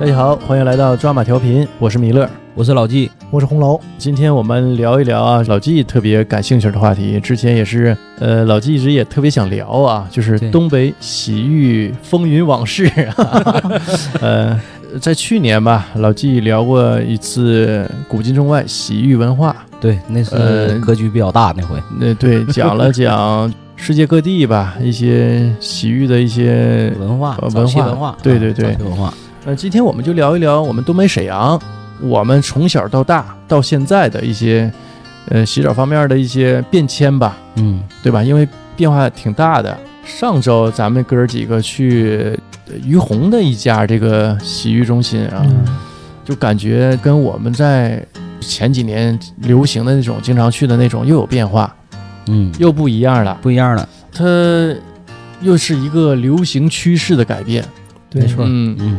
大家好，欢迎来到抓马调频，我是米勒。我是老纪，我是红楼，今天我们聊一聊啊，老纪特别感兴趣的话题。之前也是，呃，老纪一直也特别想聊啊，就是对东北洗浴风云往事、 啊。呃，在去年吧，老纪聊过一次古今中外洗浴文化，对，那呃是格局比较大那回，那对讲了讲世界各地吧一些洗浴的一些。文化呃，早期文化文化，对啊对对早期文化，呃，今天我们就聊一聊我们东北沈阳，我们从小到大到现在的一些，呃，洗澡方面的一些变迁吧。嗯，对吧？因为变化挺大的。上周咱们哥儿几个去呃于洪的一家这个洗浴中心啊，嗯就感觉跟我们在前几年流行的那种经常去的那种又有变化，嗯，又不一样了。不一样了，它又是一个流行趋势的改变。对，没错嗯，嗯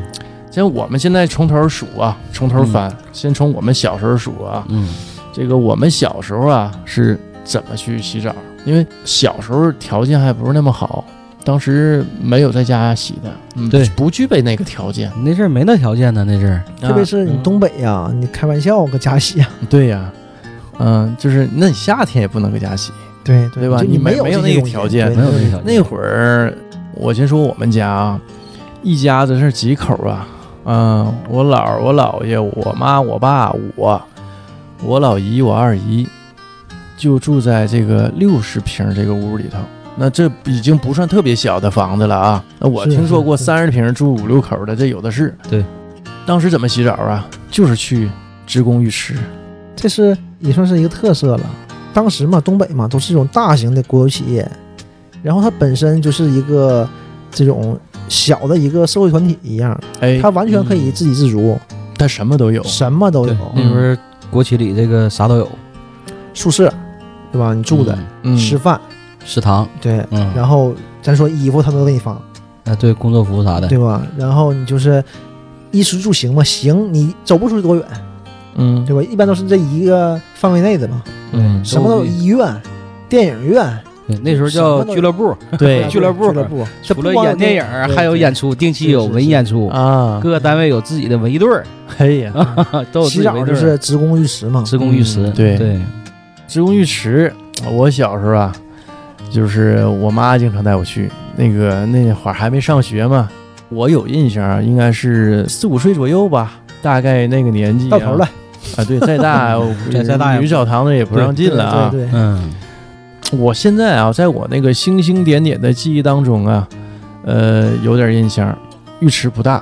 像我们现在从头数啊，从头翻，先从我们小时候数啊。嗯，这个我们小时候啊是怎么去洗澡？因为小时候条件还不是那么好，当时没有在家洗的，嗯，对不具备那个条件，那阵儿没那条件呢，那阵儿，特别是你东北呀、嗯你开玩笑搁家洗呀，啊对呀、嗯、就是那你夏天也不能搁家洗， 对对吧就你你没有没这有些那个东西条件对没有那条件那会儿我先说我们家啊，一家子是几口啊？嗯，我姥儿、我姥爷、我妈、我爸、我、我老姨、我二姨，就住在这个六十平这个屋里头。那这已经不算特别小的房子了啊！那我是听说过是三十平住五六口的，这有的是。对，当时怎么洗澡啊？就是去职工浴池。这是也算是一个特色了。当时嘛，东北嘛都是这种大型的国有企业，然后它本身就是一个这种小的一个社会团体一样，哎，它完全可以自给自足，它什么都有。什么都有对，，那时候国企里这个啥都有，宿舍，对吧？你住的、嗯嗯，吃饭，食堂，对，嗯，然后咱说衣服他们都给你发，啊对，工作服务啥的，对吧？然后你就是衣食住行嘛，行，你走不出去多远，嗯，对吧？一般都是这一个范围内的嘛，嗯，什么都有，医院、电影院、对那时候什么叫都有俱乐部，对俱乐部俱乐部，除了演电影儿，对还有对演出，定期是有是文艺是演出，啊，各个单位有自己的文艺队儿， 嘿呀，啊都有自洗己文澡艺嗯就队儿，是职工浴池嘛，职工浴池，嗯对对，职工浴池，我小时候啊，就是我妈经常带我去。那个那会儿还没上学嘛，我有印象啊，应该是四五岁左右吧，大概那个年纪、啊。到头了，啊！对，再大再再大也女澡堂子也不让进了啊。对对对，嗯，我现在啊，在我那个星星点点的记忆当中啊，呃，有点印象，浴池不大，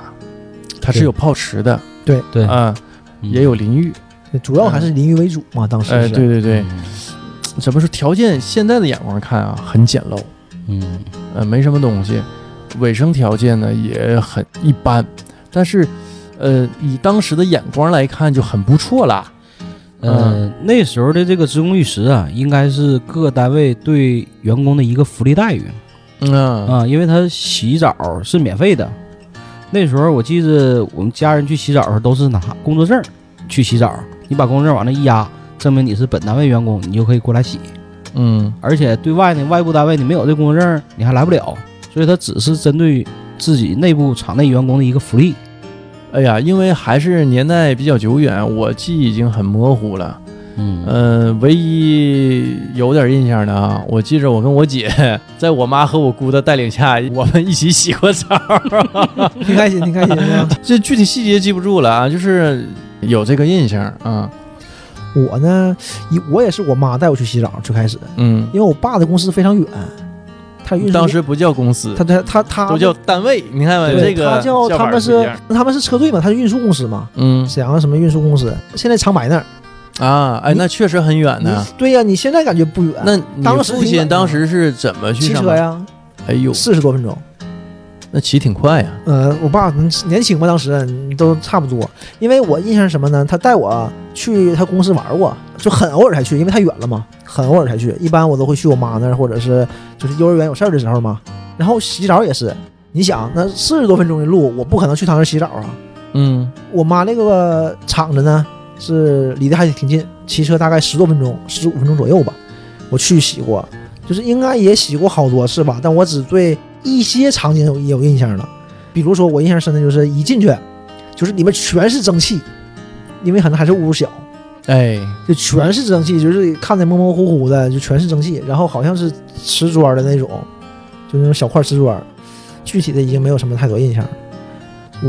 它是对有泡池的，对，啊，嗯也有淋浴。主要还是淋浴为主嘛，当时哎、是，对对对，，嗯怎么说？条件现在的眼光看啊，很简陋。嗯，呃，没什么东西，卫生条件呢也很一般，但是，呃，以当时的眼光来看就很不错啦。呃，那时候的这个职工浴池啊，应该是各个单位对员工的一个福利待遇嗯啊，啊，因为他洗澡是免费的。那时候我记得我们家人去洗澡的时候都是拿工作证去洗澡，你把工作证往那一压，证明你是本单位员工，你就可以过来洗。嗯而且对外呢，外部单位你没有这工作证，你还来不了。所以它只是针对自己内部厂内员工的一个福利。哎呀，因为还是年代比较久远，我记忆已经很模糊了。嗯呃，唯一有点印象的啊，我记着我跟我姐，在我妈和我姑的带领下，我们一起洗过澡。挺开心，挺开心的。 这具体细节记不住了啊，就是有这个印象啊。我呢，一我也是我妈带我去洗澡，最开始，嗯，因为我爸的公司非常远，他运输当时不叫公司，他他他他都叫单位。你看吧，这对个他叫叫他法们不一是样他们是车队嘛，他是运输公司嘛，嗯沈阳的什么运输公司，现在长白那儿。啊，哎，你那确实很远呢。你对呀、你现在感觉不远，那你嗯当时父挺亲远的当时是怎么去骑上车班？呀，哎呦，四十多分钟。那骑挺快呀。呃，我爸嗯年轻嘛，当时嗯都差不多。因为我印象是什么呢？他带我去他公司玩过，就很偶尔才去，因为太远了嘛，很偶尔才去。一般我都会去我妈那儿，或者是就是幼儿园有事儿的时候嘛。然后洗澡也是，你想那四十多分钟的路，我不可能去他那儿洗澡啊。嗯我妈那个厂子呢是离得还挺近，骑车大概十多分钟，十五分钟左右吧。我去洗过，就是应该也洗过好多次吧，但我只对一些场景有有印象了。比如说我印象深的就是一进去就是里面全是蒸汽，因为可能还是屋小，哎，就全是蒸汽，就是看的模模糊糊的，就全是蒸汽，然后好像是瓷砖的那种，就那种小块瓷砖，具体的已经没有什么太多印象。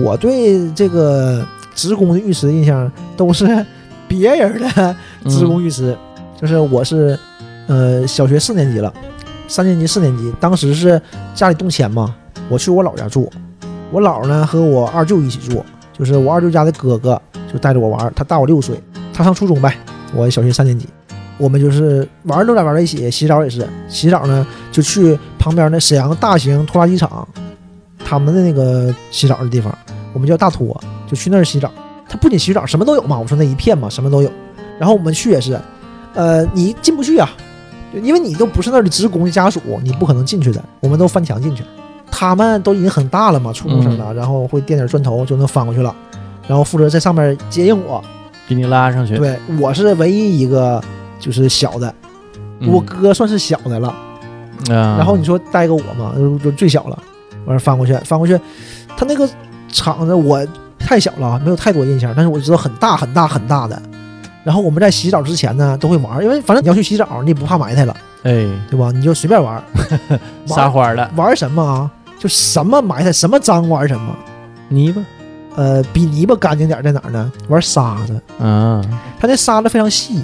我对这个职工的浴池的印象都是 别人的嗯职工浴池，就是我是呃小学四年级了，三年级四年级，当时是家里动迁嘛，我去我姥家住，我姥呢和我二舅一起住，就是我二舅家的哥哥就带着我玩儿，他大我六岁，他上初中呗，我小学三年级。我们就是玩儿都在玩儿在一起，洗澡也是，洗澡呢就去旁边的沈阳大型拖拉机厂，他们的那个洗澡的地方，我们叫大拖，就去那儿洗澡。它不仅洗澡，什么都有嘛。我说那一片嘛，什么都有。然后我们去也是，呃，你进不去啊，就因为你都不是那儿的职工的家属，你不可能进去的。我们都翻墙进去，他们都已经很大了嘛，初中生了，然后会垫点砖头就能翻过去了，然后负责在上面接应我。给你拉上去。对我是唯一一个就是小的，嗯我哥算是小的了。啊然后你说带个我嘛，就就最小了，完了翻过去，翻过去，他那个厂子我太小了，啊没有太多印象，但是我知道很大很大很大的。然后我们在洗澡之前呢，都会玩，因为反正你要去洗澡，你也不怕埋汰了，哎，对吧？你就随 便玩，撒玩欢儿了，玩什么啊？就什么埋汰，什么脏玩什么。泥巴呃，比泥巴干净点儿在哪儿呢？玩沙子，啊，它那沙子非常细，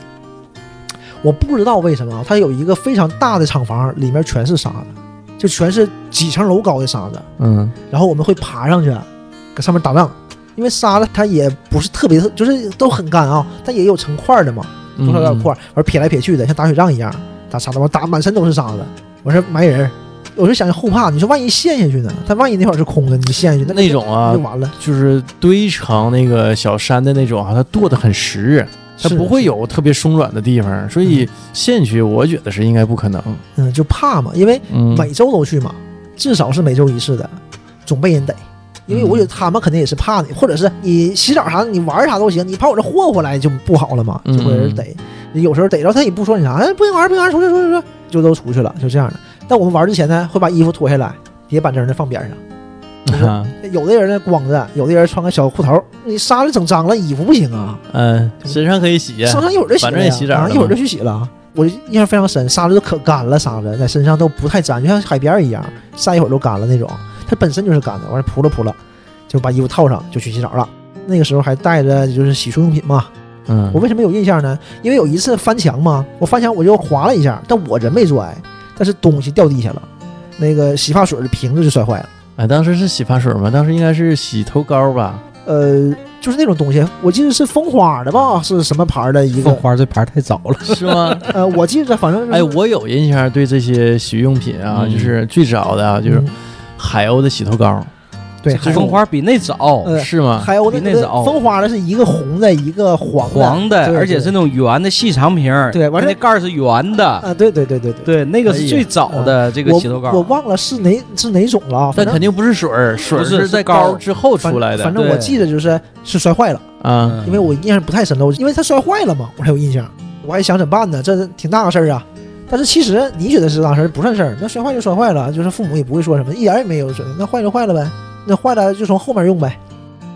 我不知道为什么啊，它有一个非常大的厂房，里面全是沙子，就全是几层楼高的沙子。嗯然后我们会爬上去，搁上面打仗，因为沙子它也不是特别，就是都很干啊，但也有成块的嘛，嗯，多少有点块，完撇来撇去的，像打雪仗一样，打沙子完打满身都是沙子，完事儿埋人儿，我就想后怕，你说万一陷下去呢？他万一那会儿是空的，你陷下去那那种啊就完了，就是堆成那个小山的那种啊，它剁得很实，它是不会，有特别松软的地方，所以陷去我觉得是应该不可能。嗯，就怕嘛，因为嗯，每周都去嘛，至少是每周一次的，总被人逮。因为我觉嗯得他们肯定也是怕你，或者是你洗澡啥的，你玩啥都行，你跑我这霍霍来就不好了嘛，就嗯会有人逮。有时候逮着他也不说你啥，哎，不行玩，不行玩，出去，出去，出去，就都出去了，就这样的。但我们玩之前呢，会把衣服脱下来，叠板正的放边上。啊有的人呢光着，有的人穿个小裤头，你沙子整脏了，衣服不行啊，嗯，身上可以洗，上上一会儿就洗了呀，反正也洗澡了啊嘛一会儿就去洗了。我印象非常深，沙子都可干了，沙子在身上都不太粘，就像海边儿一样，晒一会儿都干了那种。它本身就是干的，完了扑了扑了，就把衣服套上就去洗澡了。那个时候还带着就是洗漱用品嘛。嗯，我为什么有印象呢？因为有一次翻墙嘛，我翻墙我就滑了一下，但我人没摔，但是东西掉地下了，那个洗发水的瓶子就摔坏了。哎，当时是洗发水吗？当时应该是洗头膏吧？呃，就是那种东西，我记得是蜂花的吧，是什么牌儿的一凤个？花这牌儿太 早了，是吗？呃，我记得反正是哎，我有印象，对这些洗浴用品啊，嗯就是最早的啊，就是嗯海鸥的洗头膏，对，还有凤花比那早，呃是吗？海鸥的啊比那个早蜂花的是一个红的，一个黄的。黄的，对而且对是那种圆的细长瓶儿，对完它事那盖儿是圆的，啊，对对对对对。对，那个是最早的这个嗯我洗头膏。我忘了是哪是哪种了啊，但反肯正定不是水儿，水儿不是在是膏膏之后反出来的反正我对记得就是是摔坏了，啊。嗯因为我印象不太深了，我因为它摔坏了嘛，我才有印象。我还想怎么办呢？这挺大个事儿啊。但是其实你觉得是大事儿，不算事儿。那摔坏就摔坏了，就是父母也不会说什么，一点儿也没有说那坏就坏了呗，那坏了就从后面用呗。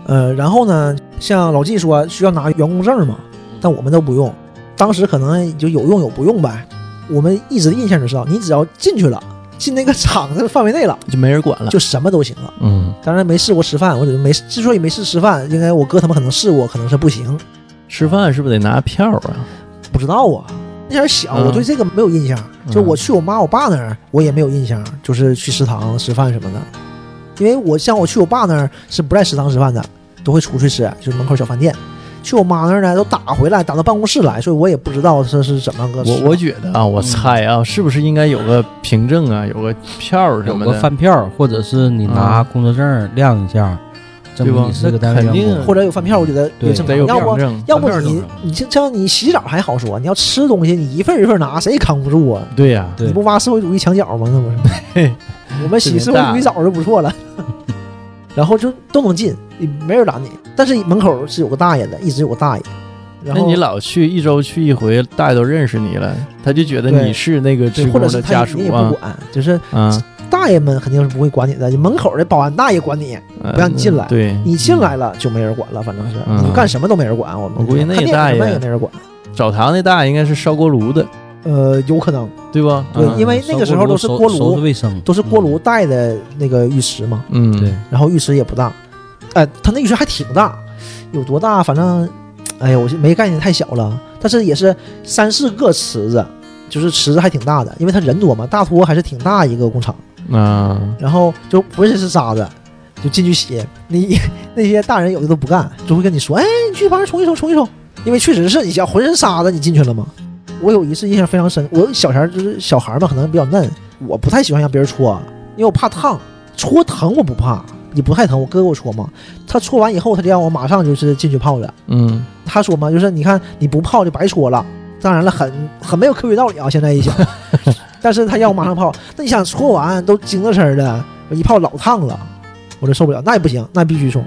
呃，然后呢，像老纪说需要拿员工证嘛，但我们都不用。当时可能就有用有不用呗。我们一直的印象就知道，你只要进去了，进那个厂子范围内了，就没人管了。就什么都行了。嗯，当然没试过吃饭，我只是没之所以没试吃饭，应该我哥他们可能试过，可能是不行，吃饭是不是得拿票啊？不知道啊。那前儿小，嗯我对这个没有印象。嗯就我去我妈我爸那儿，我也没有印象，就是去食堂吃饭什么的。因为我像我去我爸那儿是不在食堂吃饭的，都会出去吃，就是门口小饭店。去我妈那儿呢，都打回来，打到办公室来，所以我也不知道这是怎么个吃我法。我觉得啊，我猜啊，是不是应该有个凭证啊，有个票儿什有么个的？饭票，或者是你嗯拿工作证儿亮一下，证对吧明你是个单位那肯员定啊工。或者有饭票，我觉得也对正得常。有要凭不证。要不饭票你正常你就像你洗澡还好说，你要吃东西，你一份儿一份儿拿，谁也扛不住啊。对呀，对你不挖社会主义墙角吗？那不是 嘿，我们洗社会主义澡就不错了。 然后就都能进，没人拦你。但是门口是有个大爷的，一直有个大爷。然那后你老去一周去一回，大家都认识你了，他就觉得对你是那个对职或工者是的他家也你也属不啊管，就是啊！大爷们肯定是不会管你的，你门口的保安大爷管你，嗯不让你进来对，你进来了就没人管了，反正是嗯你干什么都没人管。我们我估计那看电大影爷什么也没人管，澡堂那大爷应该是烧锅炉的，呃，有可能对吧？对嗯因为那个时候都是收锅炉收拾卫生，都是锅炉带的那个浴池嘛，嗯， 嗯。对，然后浴池也不大，哎，他那浴池还挺大，有多大？反正，哎呀，我就没概念，太小了。但是也是三四个池子，就是池子还挺大的，因为他人多嘛，大拖还是挺大一个工厂。啊，然后就不认识沙子，就进去洗。你 那些大人有的都不干，就会跟你说：“哎，你去旁边冲一冲，冲一冲。”因为确实是你想浑身沙子，你进去了嘛。我有一次印象非常深，我小孩儿就是小孩儿嘛，可能比较嫩，我不太喜欢让别人搓，因为我怕烫，搓疼我不怕，也不太疼。我哥给我搓嘛，他搓完以后，他就让我马上就是进去泡着。嗯，他说嘛，就是你看你不泡就白搓了。当然了很，很没有科学道理啊，现 在一想。但是他让我马上泡，那你想搓完都精着身儿的，我一泡老烫了，我就受不了，那也不行，那必须冲。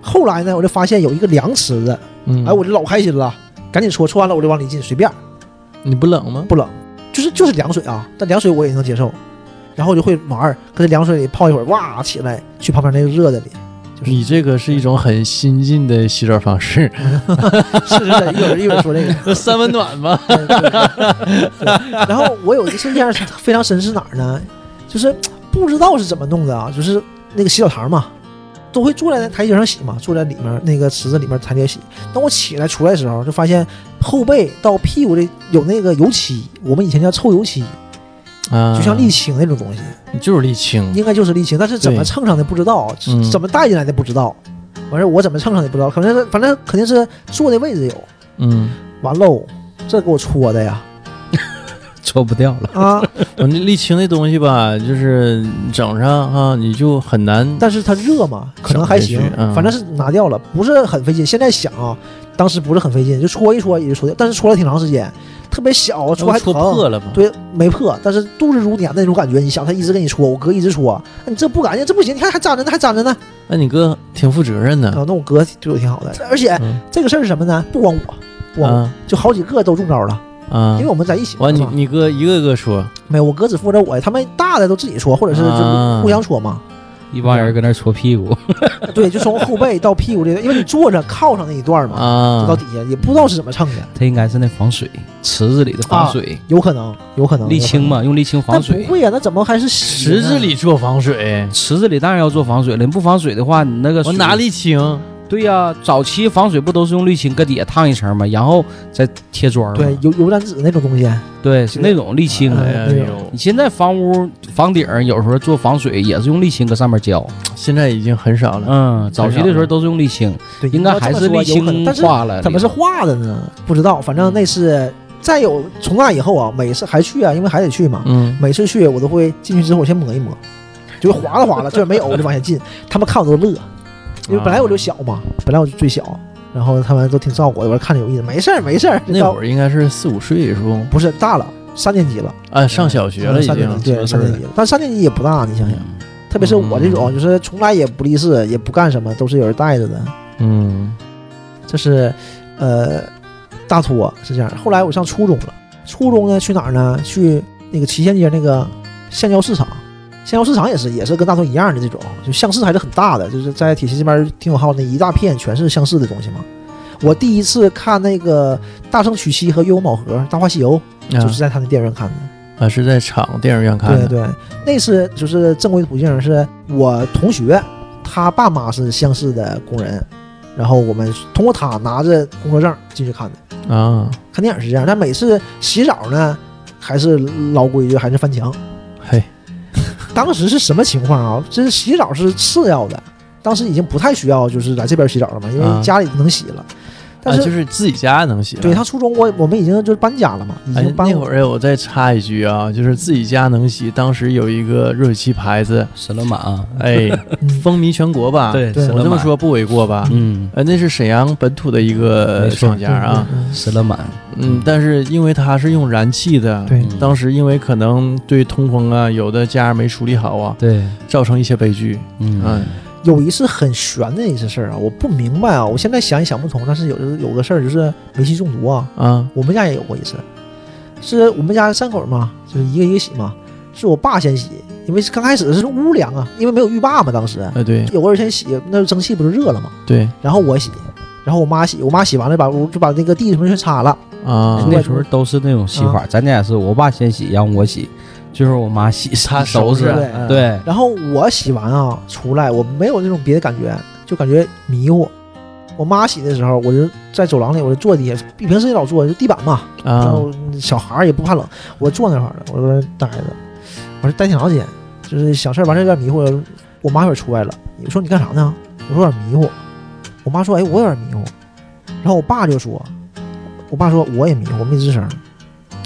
后来呢，我就发现有一个凉池子，嗯哎，我就老开心了，赶紧搓，搓完了我就往里进，随便儿你不冷吗？不冷，就是就是凉水啊，但凉水我也能接受。然后我就会玩儿，搁这凉水里泡一会儿，哇起来，去旁边那个热的里，就是你这个是一种很新进的洗澡方 式，是是是，一会儿一会儿说这个。那三温暖吗？对对对对然后我有一次印象非常深是哪儿呢？就是不知道是怎么弄的啊，就是那个洗澡堂嘛，都会坐在那台阶上洗嘛，坐在里面那个池子里面台阶洗。等我起来出来的时候，就发现后背到屁股这有那个油漆，我们以前叫臭油漆，啊， 就像沥青那种东西，就是沥青，应该就是沥青，但是怎么蹭上的不知道嗯，怎么带进来的不知道，完事儿我怎么蹭上的不知道，可能是反正肯定是坐的位置有。嗯，完喽，这给我戳的呀搓不掉了。啊！我那沥青那东西吧，就是整上哈，你就很难。但是它热嘛，可能还行整不进去，嗯反正是拿掉了，不是很费劲。现在想啊，当时不是很费劲，就搓一搓也就搓掉，但是搓了挺长时间，特别小，搓还哦戳疼。破了吧？对，没破，但是度日如年的那种感觉。你想，他一直跟你搓，我哥一直搓，啊你这不干净，这不行，你看还粘着呢，还粘着呢。那你哥挺负责任啊的，，那我哥对我挺好的，而且嗯这个事儿是什么呢？不光我，不哎光我，啊就好几个都中招了，因啊为！我们在一起嘛。完，你你哥一个个说，没有，我哥只负责我，他们大的都自己搓，或者是啊就互相搓嘛。一帮嗯人搁那儿搓屁 股，对，就从后背到屁股这个，因为你坐着靠上那一段嘛。嗯就到啊底下，也不知道是怎么蹭的，它应该是那防水池子里的防水，有可能，有可能沥青，嘛，用沥青有可能防啊嗯但水不。会啊，那怎么还是洗池呢子？里做防水，池子里当然要做防水了，你不防水的话，你那个我水拿沥青，对呀、早期防水不都是用沥青搁底下烫一层嘛，然后再贴砖儿对吗？，油油毡纸那种东西，对，是那种沥青。啊哎呀哎呦呦你现在房屋房顶儿有时候做防水也是用沥青搁上面浇，现在已经很少了。嗯，早期的时候都是用沥青，对，应该还是你要沥这么说有可能青但是化了。怎么是画的呢？不知道，反正那是再有从那以后啊，每次还去啊，因为还得去嘛，嗯，每次去我都会进去之后我先抹一抹，就是划拉划拉，这没有我就往下进，他们看我都乐，因为本来我就小嘛，本来我就最小，然后他们都挺照顾我的，我说看着有意思，没事儿没事儿，那到会儿应该是四五岁是不？不是大了，三年级了。啊，上小学了已三年经。级，对三年级，但三年级也不大，你想想，嗯特别是我这种，就是从来也不立誓，也不干什么，都是有人带着的。嗯，这是，呃，大托是这样。后来我上初中了，初中呢去哪儿呢？去那个旗县街那个橡胶市场，橡胶市场也是也是跟大托一样的这种，就橡市还是很大的，就是在铁西这边挺有号那一大片全是橡市的东西嘛。我第一次看那个大圣娶妻和月无卯合《大话西游》，啊就是在他那电影院看的。啊，是在厂电影院看对的。对，那次就是正规途径，是我同学，他爸妈是相似的工人，然后我们通过他拿着工作证进去看的。啊，看电影是这样，但每次洗澡呢，还是老规矩，还是翻墙。嘿，啊当时是什么情况啊？这洗澡是次要的，当时已经不太需要就是在这边洗澡了嘛，因啊为家里能洗了。但啊，是、就是自己家能洗了。啊对他初中我我们已经就是搬家了嘛，已哎经，搬那过会儿我再插一句啊，就是自己家能洗，当时有一个热水器牌子，神乐马？啊哎， 嗯风靡全国吧？，对，对神啊我乐这么满，说不为过吧？嗯，呃，那是沈阳本土的一个没错厂家啊，对嗯神乐满，嗯，但是因为它是用燃气的，对嗯当时因为可能对通风啊，有的家没处理好啊，对，造成一些悲剧。嗯哎，有一次很悬的一次事儿啊，我不明白啊，我现在想也想不通。但是有有个事儿就是煤气中毒啊，啊我们家也有过一次，是我们家三口嘛，就是一个一个洗嘛。是我爸先洗，因为刚开始是屋凉啊，因为没有浴霸嘛，当时哎，对有个人先洗，那蒸汽不是热了吗？对然后我洗，然后我妈洗，我妈洗完了把屋就把那个地什么全擦了，啊，那时候都是那种洗法，嗯咱家也是，我爸先洗，让我洗，最后我妈洗，他收拾是。对嗯对，然后我洗完啊出来，我没有那种别的感觉，就感觉迷糊。我妈洗的时候，我就在走廊里，我就坐地下，平时也老坐，就地板嘛。然啊，后小孩儿也不怕冷，我坐那块儿了，我就在那儿待着，我说待挺长时间，就是想事儿完事儿有点迷糊。我妈一会儿出来了，我说你干啥呢？我说有点迷糊。我妈说哎，我有点迷糊。然后我爸就说，我爸说我也迷糊，我没吱声。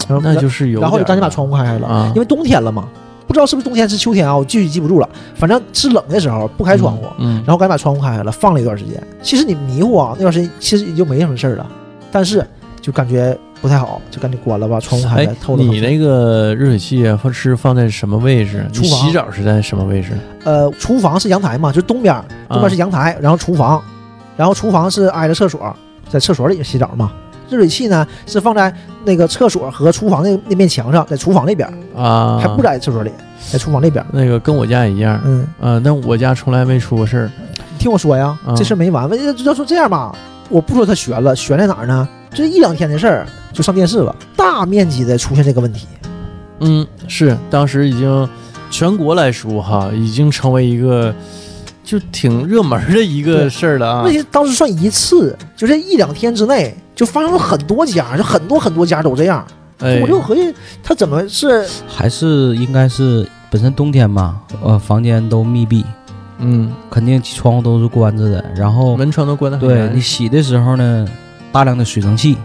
然后那就是有点儿，然后就赶紧把窗户开开了，啊因为冬天了嘛，不知道是不是冬天是秋天啊，我具体记不住了。反正是冷的时候不开窗户，嗯，嗯然后赶紧把窗户开开了，放了一段时间。其实你迷糊啊，那段时间其实也就没什么事儿了，但是就感觉不太好，就赶紧关了吧，窗户开哎开，透，了你那个热水器啊，放是放在什么位置？你厨房洗澡是在什么位置？呃，厨房是阳台嘛，就东边儿，东边是阳台，然后厨房，然后厨房是挨着厕所，在厕所里洗澡嘛。热水器呢是放在那个厕所和厨房那那面墙上，在厨房那边儿，啊，还不在厕所里，在厨房那边儿。那个跟我家一样，嗯，嗯，但我家从来没出过事儿。你听我说呀，嗯这事儿没完。问要说这样吧，我不说它悬了，悬在哪儿呢？这一两天的事儿就上电视了，大面积的出现这个问题。嗯，是当时已经全国来说哈，已经成为一个就挺热门的一个对事儿了啊问。题当时算一次，就这一两天之内就发生了很多家，就很多很多家都这样。哎啊我，就合计他怎么是还是应该是本身冬天嘛，呃，房间都密闭，嗯，肯定窗户都是关着的。然后，门窗都关得很啊对严你洗的时候呢，大量的水蒸气，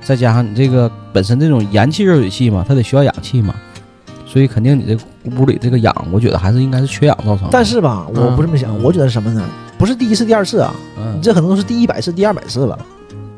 再加上你这个本身这种燃气热水器嘛，它得需要氧气嘛，所以肯定你这个屋里这个氧，我觉得还是应该是缺氧造成的。但，是吧，我不这么想，嗯我觉得是什么呢？不是第一次、第二次啊，嗯你，这可能是第一百次、第二百次了。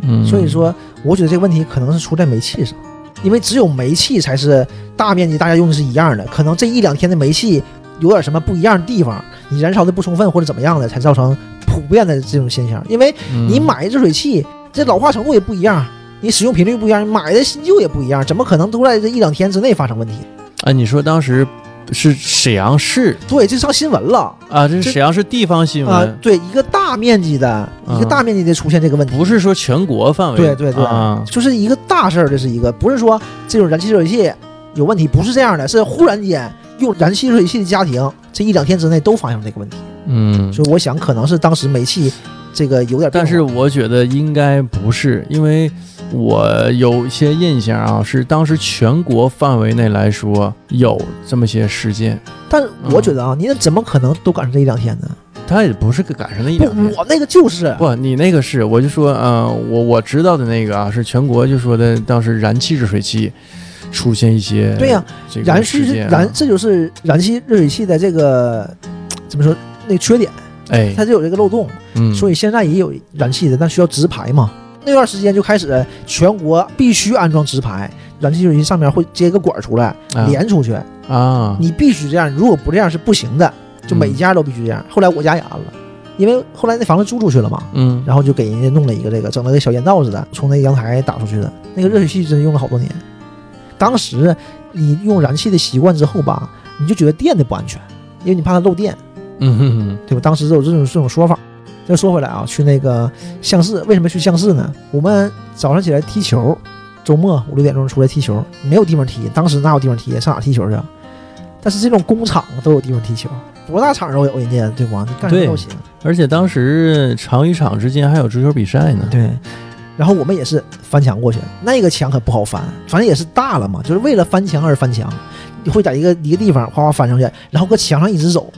嗯，所以说，我觉得这个问题可能是出在煤气上，因为只有煤气才是大面积大家用的是一样的，可能这一两天的煤气有点什么不一样的地方，你燃烧的不充分或者怎么样的，才造成普遍的这种现象。因为嗯你买热水器，这老化程度也不一样，你使用频率不一样，你买的新旧也不一样，怎么可能都在这一两天之内发生问题？啊，你说当时是沈阳市对，这上新闻了啊、啊，这是这啊沈阳市地方新闻，对，一个大面积的，一个嗯大面积的出现这个问题，不是说全国范围。对对对啊，就是一个大事儿，这是一个，不是说这种燃气热水器有问题，不是这样的，是忽然间用燃气热水器的家庭，这一两天之内都发生这个问题，嗯，所以我想可能是当时煤气这个有点变化，但是我觉得应该不是，因为我有一些印象啊，是当时全国范围内来说有这么些事件，但是嗯我觉得啊，你那怎么可能都赶上这一两天呢？他也不是个赶上那一不两天，。我那个就是不，你那个是，我就说，嗯、我我知道的那个啊，是全国就说的，当时燃气热水器出现一些对呀、这个燃事气件啊燃，这就是燃气热水器的这个怎么说那个缺点，哎，它就有这个漏洞。嗯，所以以现在也有燃气的，但需要直排嘛。那段时间就开始全国必须安装直排，燃气热水器上面会接个管儿出来嗯连出去，啊，你必须这样，如果不这样是不行的，就每嗯家都必须这样。后来我家也安了，因为后来那房子租出去了嘛，嗯，然后就给人家弄了一个这个，整了个小烟道似的，从那阳台打出去的。那个热水器真用了好多年。当时你用燃气的习惯之后吧，你就觉得电的不安全，因为你怕它漏电。嗯哼哼，对吧？当时都有这种这种说法。再说回来啊，去那个相市，为什么去相市呢？我们早上起来踢球，周末五六点钟出来踢球，没有地方踢，当时哪有地方踢？上哪踢球去啊？但是这种工厂都有地方踢球，多大厂都有人家，对吧？你干什么对都行。而且当时场与场之间还有足球比赛呢，对。然后我们也是翻墙过去，那个墙可不好翻，反正也是大了嘛，就是为了翻墙而翻墙，你会在一个一个地方哗哗翻上去，然后搁墙上一直走，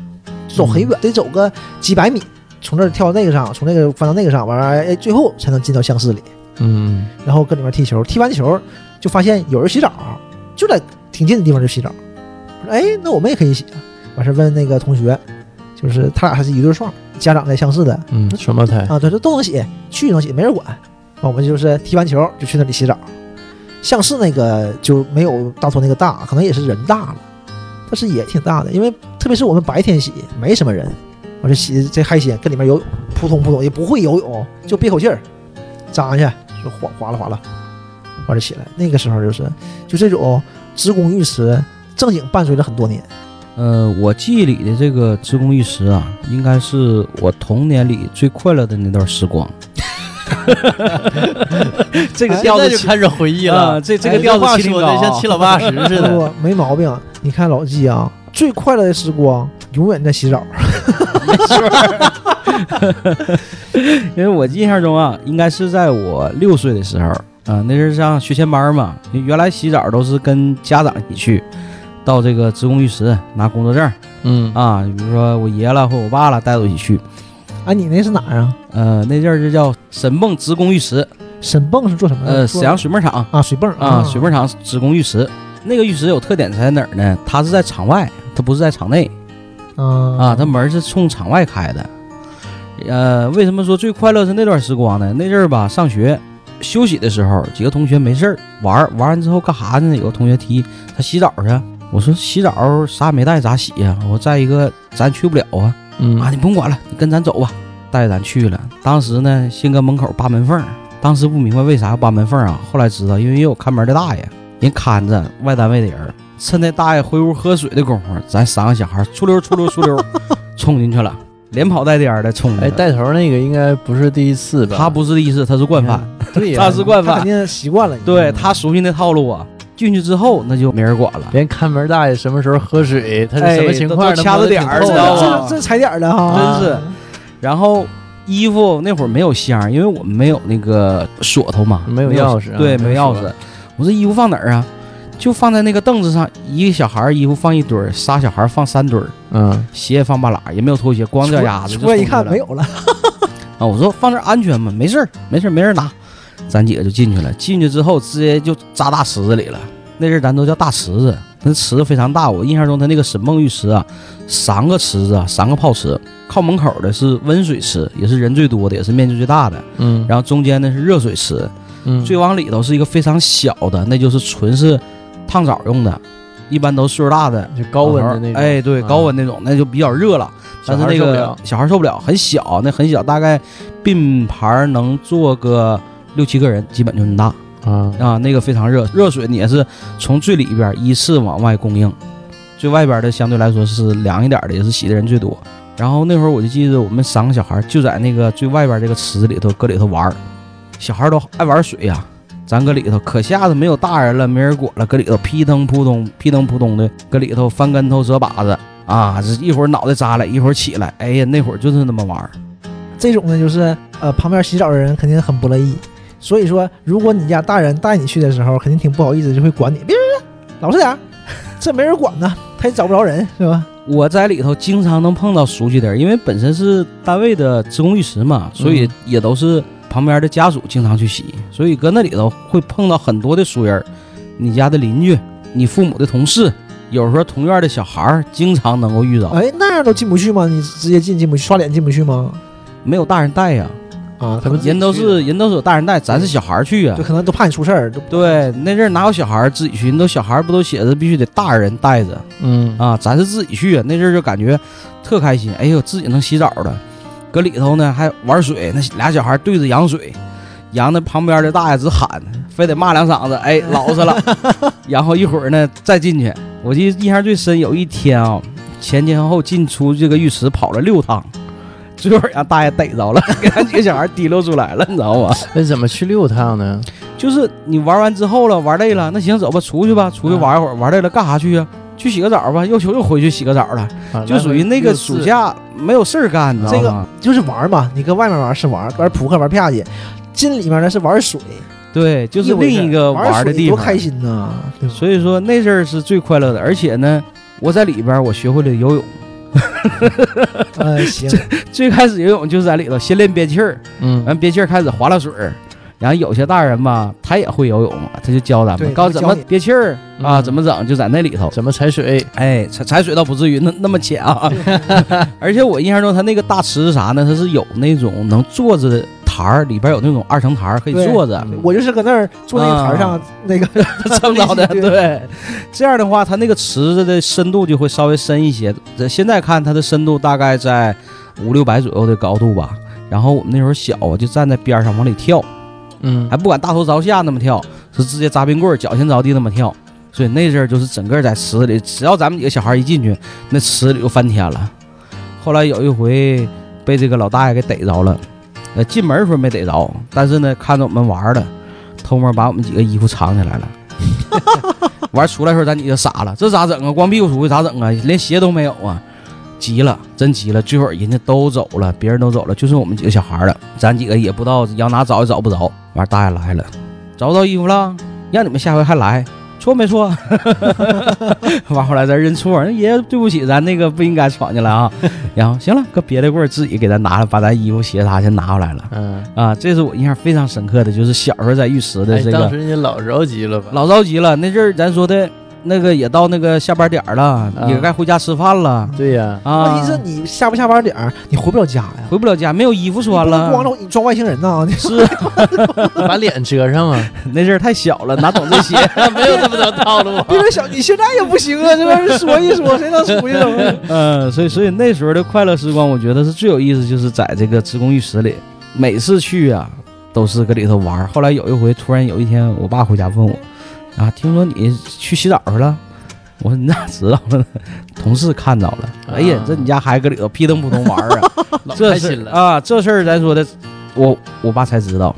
走很远，得走个几百米，从这儿跳到那个上，从那个翻到那个上，完了哎，最后才能进到相室里，嗯，然后搁里面踢球，踢完球就发现有人洗澡，就在挺近的地方就洗澡，我说哎，那我们也可以洗啊，完事儿问那个同学，就是他俩还是一对双，家长在相室的，嗯，双胞胎，啊，对，这都能洗，去能洗，没人管。啊我们就是踢完球就去那里洗澡。像是那个就没有大同那个大，可能也是人大了，但是也挺大的，因为特别是我们白天洗没什么人，我这洗这海鲜跟里面游泳，扑通扑通也不会游泳，就憋口气儿，扎一下就哗哗啦哗啦，完了起来。那个时候就是就这种职工浴池正经伴随着很多年。呃，我记忆里的这个职工浴室啊，应该是我童年里最快乐的那段时光。这个调调子哎子就起开始回忆啊了。这这哎个调子话起挺说高的啊像七老八十似 的。不哎没毛病。你看老纪啊，最快乐的时光永远在洗澡。因为我印象中啊，应该是在我六岁的时候啊、那是上学前班嘛。原来洗澡都是跟家长一起去，到这个职工浴室拿工作证嗯，啊，比如说我爷了或我爸了带着我一起去。哎，你那是哪儿啊？呃，那阵儿就叫沈梦职工浴池，沈泵是做什么的？呃，做沈阳水泵厂啊，水泵啊，水泵厂职工浴池。那个浴池有特点在哪儿呢？它是在场外，它不是在场内啊啊，它门儿是冲场外开的。呃，为什么说最快乐是那段时光呢？那阵儿吧，上学休息的时候，几个同学没事儿玩儿，玩完之后干哈呢？有个同学提他洗澡去，我说洗澡啥也没带，咋洗呀、我再一个咱去不了啊，嗯啊，你甭管了，你跟咱走吧，带着咱去了。当时呢，先搁门口扒门缝儿，当时不明白为啥要扒门缝儿啊，后来知道，因为也有看门的大爷，人看着外单位的人儿，趁那大爷回屋喝水的功夫，咱三个小孩儿出溜儿出溜儿出 溜儿冲进去了，连跑带颠儿的冲进去哎，了。带头那个应该不是第一次吧？他不是第一次，他是惯犯，对呀，他是惯他犯肯定习惯了。嗯对他熟悉那套路啊。进去之后，那就没人管了。连看门大爷什么时候喝水，他是什么哎情都况，都掐着点哦这儿知知道道吗吗？这这踩点儿了哈，啊真是然后衣服那会儿没有箱儿，因为我们没有那个锁头嘛，没有钥匙啊对，没没有钥锁匙。我这衣服放哪儿啊？就放在那个凳子上，一个小孩儿衣服放一堆儿，仨小孩儿放三堆儿，嗯，鞋放半拉儿，也没有拖鞋，光脚丫子就出来一冲看了没有了，啊！我说放这儿安全吗？没事儿，没事儿，没人拿。咱几个就进去了，进去之后直接就扎大池子里了。那阵儿咱都叫大池子，那池子非常大。我印象中，他那个沈梦浴池啊，三个池子啊，三个泡池。靠门口的是温水池，也是人最多的，也是面积最大的。嗯，然后中间呢是热水池，嗯最往里头是一个非常小的，那就是纯是烫澡用的，一般都岁数大的就高温的那种，哎，对，啊高温那种，那就比较热了。但是那个小孩受不了，很小，那很小，大概并排能坐个六七个人，基本就那么大啊，啊。那个非常热，热水你也是从最里边依次往外供应，最外边的相对来说是凉一点的，也是洗的人最多。然后那会儿我就记得我们三个小孩就在那个最外边这个池子里头搁里头玩儿，小孩都爱玩水呀、咱搁里头可吓得没有大人了，没人管了，搁里头扑腾扑通扑腾扑通的，搁里头翻跟头折把子啊，这一会儿脑袋扎来，一会儿起来，哎呀，那会儿就是那么玩儿。这种呢，就是呃，旁边洗澡的人肯定很不乐意。所以说，如果你家大人带你去的时候，肯定挺不好意思，就会管你，别别别，老实点儿，这没人管呢，他也找不着人，是吧？我在里头经常能碰到熟悉的人，因为本身是单位的职工浴池嘛，所以嗯也都是旁边的家属经常去洗，所以搁那里头会碰到很多的熟人儿，你家的邻居，你父母的同事，有时候同院的小孩儿经常能够遇到，哎，那样都进不去吗？你直接进进不去，刷脸进不去吗？没没有大人带呀、啊，他们人都是人都是有大人带，咱是小孩儿去呀、就可能都怕你出事儿，都对，那阵儿哪有小孩儿自己去？那都小孩儿不都写着必须得大人带着嗯啊？咱是自己去啊，那阵儿就感觉特开心。哎呦，自己能洗澡了，搁里头呢还玩水，那俩小孩儿对着羊水，羊那旁边的大爷直喊，非得骂两嗓子，哎，老实了。然后一会儿呢再进去，我记得印象最深，有一天啊、前前后后进出这个浴池跑了六趟。最后让大爷逮着了，给俺几个小孩儿提溜出来了，你知道吗？ 那怎么去六趟呢？就是你玩完之后了，玩累了，那行走吧，出去吧，出去玩一会儿，玩累了干啥去呀、啊去洗个澡吧，又球又回去洗个澡了，啊就属于那个暑，假没有事儿干，啊你知这道个吗？就是玩儿嘛。你搁外面玩儿是玩儿，玩扑克玩啪叽，进里面呢是玩水，对，就是回事另一个玩玩水的地多方。开心呐！对吧所以说那阵儿是最快乐的，而且呢，我在里边儿我学会了游泳。 呃，行，最开始游泳就是在里头先练憋气儿，嗯完憋气儿开始划拉水儿。然后有些大人吧，他也会游泳，他就教咱对们，告诉他怎教么你憋气儿啊，嗯怎么整，就在那里头。怎么踩水？哎，踩踩水倒不至于那那么浅啊，而且我印象中它那个大池是啥呢？它是有那种能坐着的台儿，里边有那种二层台儿可以对嗯坐着，我就是搁那儿坐那个台儿啊上，那个 撑到的。对对，这样的话，它那个池子的深度就会稍微深一些。这现在看它的深度大概在五六百左右的高度吧。然后我们那时候小啊，就站在边上往里跳，嗯还不敢大头朝下那么跳，是直接扎冰棍儿，脚先着地那么跳。所以那阵儿就是整个在池子里，只要咱们几个小孩一进去，那池里就翻天了。后来有一回被这个老大爷给逮着了，呃，进门的时候没逮着，但是呢，看着我们玩儿了，偷摸把我们几个衣服藏起来了。完出来的时候，咱几个傻了，这咋整啊？光屁股出去咋整啊？连鞋都没有啊！急了，真急了。最后人家都走了，别人都走了，就剩我们几个小孩了。咱几个也不知道要哪找也找不着。完，大爷来了，找不着衣服了，让你们下回还来，错没错？ 完后来咱认错，那爷爷对不起，咱那个不应该闯进来啊。然后行了，搁别的棍儿自己给咱拿了，把咱衣服鞋啥先拿回来了嗯，啊。这是我印象非常深刻的，就是小时候在浴池的哎这个。当时你老着急了吧？老着急了。那阵儿咱说的那个也到那个下班点儿了，嗯也该回家吃饭了对 呀，啊。问题是你下不下班点儿，你回不了家呀。回不了家，没有衣服穿你不能光了。着你装外星 人呐！你是啊把脸遮上啊，那阵儿太小了，哪懂这 些？没有这么多套路啊。别人想你现在也不行啊，这玩意儿说一说，谁能出去啊 怎么？嗯，所以所以那时候的快乐时光，我觉得是最有意思，就是在这个职工浴室里，每次去啊都是搁里头玩儿。后来有一回，突然有一天，我爸回家问我，啊，听说你去洗澡去了。我说你咋知道了呢？同事看着了。哎呀啊，这你家孩子搁里头屁腾扑通玩儿啊！ 老这开事心儿了，啊，这事儿咱说的，我我爸才知道。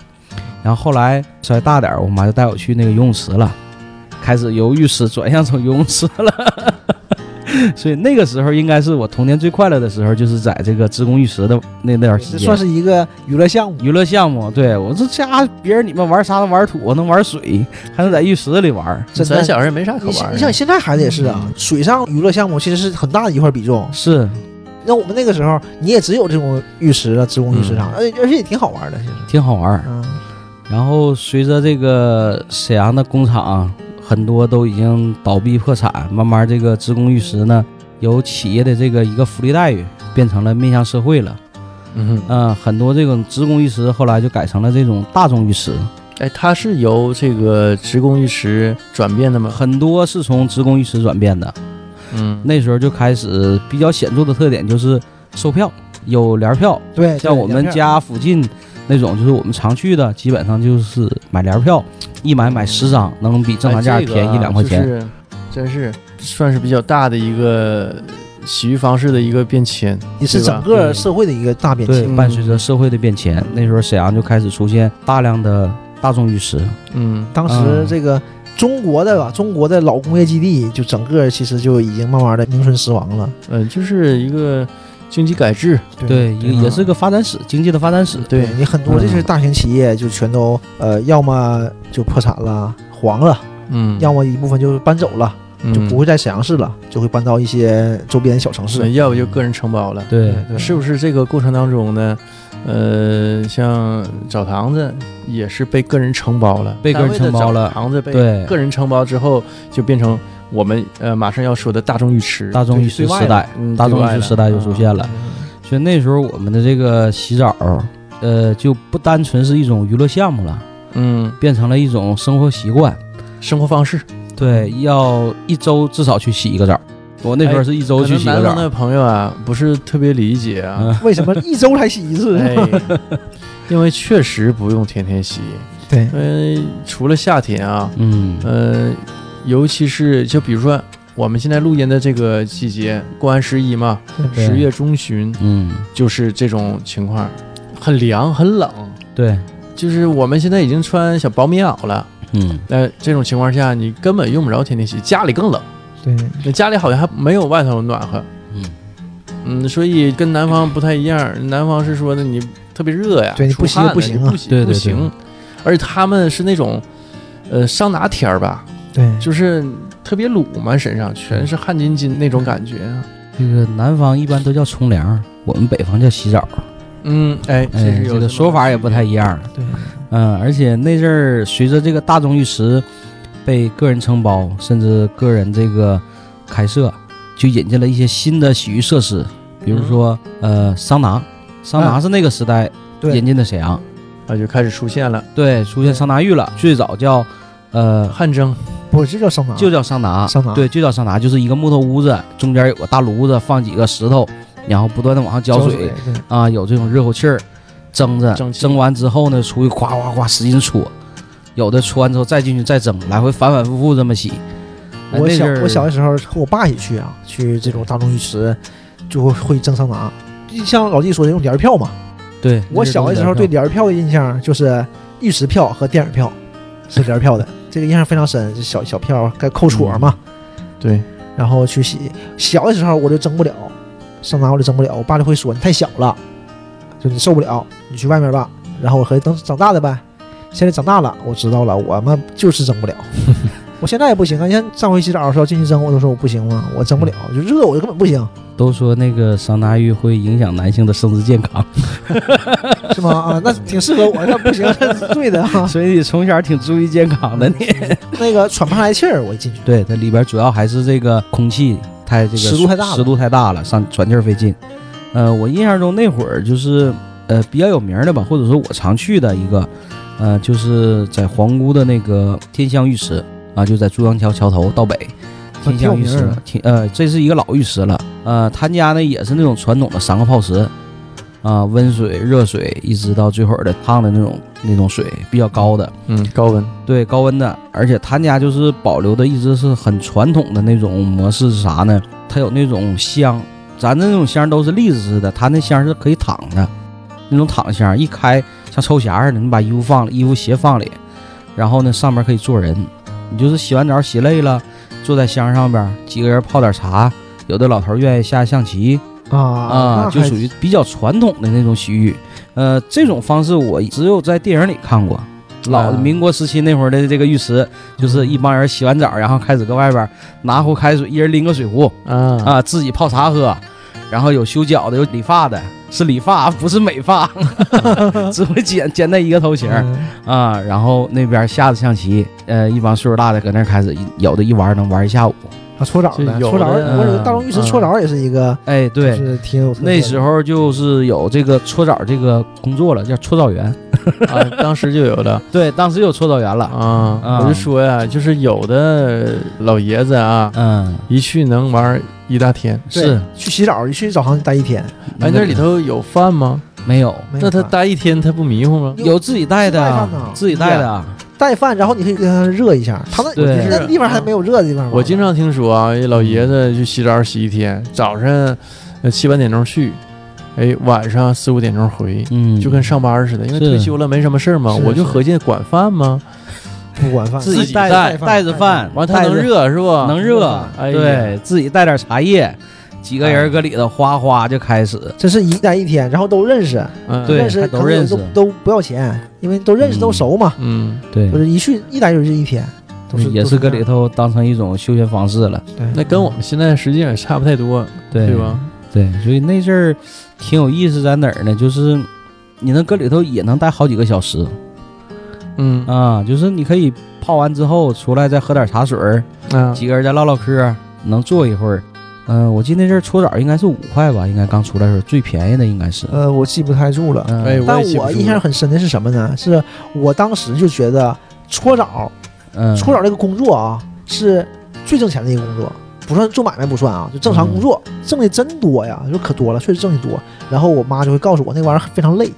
然后后来稍微大点儿，我妈就带我去那个游泳池了，开始由浴池转向成游泳池了。 所以那个时候应该是我童年最快乐的时候，就是在这个职工浴池的那那段时这间。算是一个娱乐项目。娱乐项目，对我这家别人你们玩沙子玩土，我能玩水，还能在浴池里玩。啊真的咱小时候也没啥可你玩想儿你的想，现在孩子也是嗯啊，水上娱乐项目其实是很大的一块比重。是那我们那个时候，你也只有这种浴池啊、职工浴池啥，嗯而且而且也挺好玩的，其实。挺好玩儿。嗯，然后随着这个沈阳的工厂很多都已经倒闭破产，慢慢这个职工浴池呢，由企业的这个一个福利待遇变成了面向社会了。嗯哼，嗯、很多这种职工浴池后来就改成了这种大众浴池，哎，它是由这个职工浴池转变的吗？很多是从职工浴池转变的。嗯，那时候就开始比较显著的特点就是售票有联票，对，像我们家附近那种就是我们常去的，基本上就是买联票，一买买十张，能比正常价哎这个啊便宜两块钱。就是真是算是比较大的一个洗浴方式的一个变迁。也是整个社会的一个大变对迁。，嗯伴随着社会的变迁，那时候沈阳就开始出现大量的大众浴池。嗯，当时这个中国的吧，中国的老工业基地，就整个其实就已经慢慢的名存实亡了。呃，就是一个经济改制，对，也嗯也是个发展史，经济的发展史。对，你很多这些大型企业就全都嗯呃，要么就破产了、黄了，嗯，要么一部分就是搬走了，就嗯不会会在沈阳市了，就会搬到一些周边小城市。嗯要不就个人承包了。对，是不是这个过程当中呢？呃，像澡堂子也是被个人承包了，被个人承单包了位的澡堂子被对个人承包之后，就变成我们呃马上要说的大众浴池，大众浴池时代，嗯大众浴池时代就出现了。嗯所以那时候我们的这个洗澡，呃，就不单纯是一种娱乐项目了，嗯，变成了一种生活习惯。生活方式。对，要一周至少去洗一个澡。我那时候是一周哎可去能洗一个南澡方。的朋友啊，不是特别理解啊，嗯为什么一周才洗一次？哎， 因为确实不用天天洗， 对，因为除了夏天啊，嗯，呃，尤其是就比如说我们现在录音的这个季节，过完十一嘛，对十月中旬嗯，就是这种情况，很凉很冷，对，就是我们现在已经穿小薄棉袄了。嗯，那、这种情况下，你根本用不着天天洗，家里更冷，对，那家里好像还没有外头暖和。嗯，嗯，所以跟南方不太一样，南方是说的你特别热呀，对你出不洗汗就不了行你啊不洗对不对对行，而且他们是那种，呃，桑拿天儿吧，对，就是特别鲁嘛，身上全是汗津津那种感觉。啊这个南方一般都叫冲凉，我们北方叫洗澡。嗯，哎，这哎是，有这什么个说法也不太一样。对，嗯，而且那阵儿随着这个大众浴池被个人承包，甚至个人这个开设，就引进了一些新的洗浴设施，比如说、呃桑拿，桑拿是那个时代嗯对引进的沈阳，啊，就开始出现了对，出现桑拿浴了，最早叫呃汗蒸，不是这叫桑啊拿，就叫桑拿，桑拿对，就叫桑拿，就是一个木头屋子，中间有个大炉子，放几个石头，然后不断的往上浇浇水，水，对啊，有这种热乎气儿，蒸着，蒸蒸汽完之后呢，出去夸夸夸使劲搓，有的搓完之后再进去再蒸，来回反反复复这么洗，哎我那小阵儿我小的时候和我爸一起去啊，去这种大众浴池，就会会蒸桑拿。就像老纪说的，用帘儿票嘛。对，我小的时候对你帘儿票的印象就是浴池票和电影票是帘儿票的，这个印象非常深。就小小票该扣戳嘛，对，然后去洗。小的时候我就蒸不了，桑拿我就蒸不了，我爸就会说你太小了，就你受不了，你去外面吧。然后我合计等长大的呗。现在长大了，我知道了，我们就是蒸 不了。我现在也不行啊！你看上回洗澡的时候进去蒸，我都说我不行嘛，我蒸不了，就热，我就根本不行，都说那个桑拿浴会影响男性的生殖健康， 是吗？啊，那挺适合我，那不行，那是对的啊。所以你从小挺注意健康的你。那个喘不上来气儿，我一进去。对，它里边主要还是这个空气太这个湿度太大了湿度太大了，上喘气儿费劲。呃，我印象中那会儿就是呃比较有名的吧，或者说我常去的一个，呃，就是在皇姑的那个天香浴池啊，就在珠江桥桥头到北。啊天香浴挺有池名儿，天呃，这是一个老浴池了。呃，他家呢也是那种传统的三个泡池，啊、温水、热水，一直到最后的烫的那种那种水，比较高的。嗯，高温，对高温的，而且他家就是保留的一直是很传统的那种模式是啥呢？它有那种香，咱的那种香都是立着式的，他那香是可以躺的，那种躺香一开像抽匣似的，你把衣服放里，衣服鞋放里，然后呢上面可以坐人，你就是洗完澡洗累了，坐在香上边，几个人泡点茶，有的老头愿意下象棋，啊啊，就属于比较传统的那种洗浴。呃，这种方式我只有在电影里看过。老啊民国时期那会儿的这个浴池，就是一帮人洗完澡，然后开始搁外边儿拿壶开水，一人拎个水壶啊啊，自己泡茶喝。然后有修脚的，有理发的，是理发不是美 发，只会剪剪那一个头型儿嗯啊。然后那边下着象棋，呃，一帮岁数大的搁那儿开始一，有的一玩儿能玩儿一下午。啊，搓澡这的，有搓澡，的我有个大龙浴池嗯搓澡也是一个，哎，对，就是挺有特色的。那时候就是有这个搓澡这个工作了，叫搓澡员。啊，当时就有的对，当时有搓澡员了。啊，啊我就说呀，就是有的老爷子啊，嗯，一去能玩一大天。对是。去洗澡，一去澡堂待一天，哎，那里头有饭吗？没有，没那有他饭待一天，他不迷糊吗？有自己带自己带饭的啊呢，自己带的。啊带饭，然后你可以跟他热一下。他那对那地方还没有热的地方吗我经常听说啊，一老爷子去洗澡洗一天，早上呃七八点钟去，哎，晚上四五点钟回，嗯，就跟上班似的。因为是退休了没什么事儿嘛，是我就是合计管饭嘛，不管饭，自己带带饭带着饭，完他带能着热是不？能热热饭，哎呀啊对自己带点茶叶，几个哎人搁里头哗哗就开始。这是一待一天，然后都认识，嗯对认识还可都能认识都都不要钱，因为都认识嗯都熟嘛，嗯，对就，是一去一待就是一天，都是嗯也都是是搁里头。头当成一种休闲方式了。对那跟我们现在实际上也差不太多，对吧？对，所以那阵儿挺有意思，在哪儿呢？就是你能搁里头也能待好几个小时。嗯啊，就是你可以泡完之后出来再喝点茶水儿，啊，几个人再唠唠嗑儿，能坐一会儿。嗯、我记得那阵儿搓澡应该是五块吧，应该刚出来的时候最便宜的应该是。呃，我记不太住了，嗯、哎，但也记不我住印象很深的是什么呢？是我当时就觉得搓澡嗯，搓澡这个工作啊，是最挣钱的一个工作，不算做买卖不算啊，就正常工作，嗯挣的真多呀，就可多了，确实挣的多。然后我妈就会告诉我，那玩意儿非常累，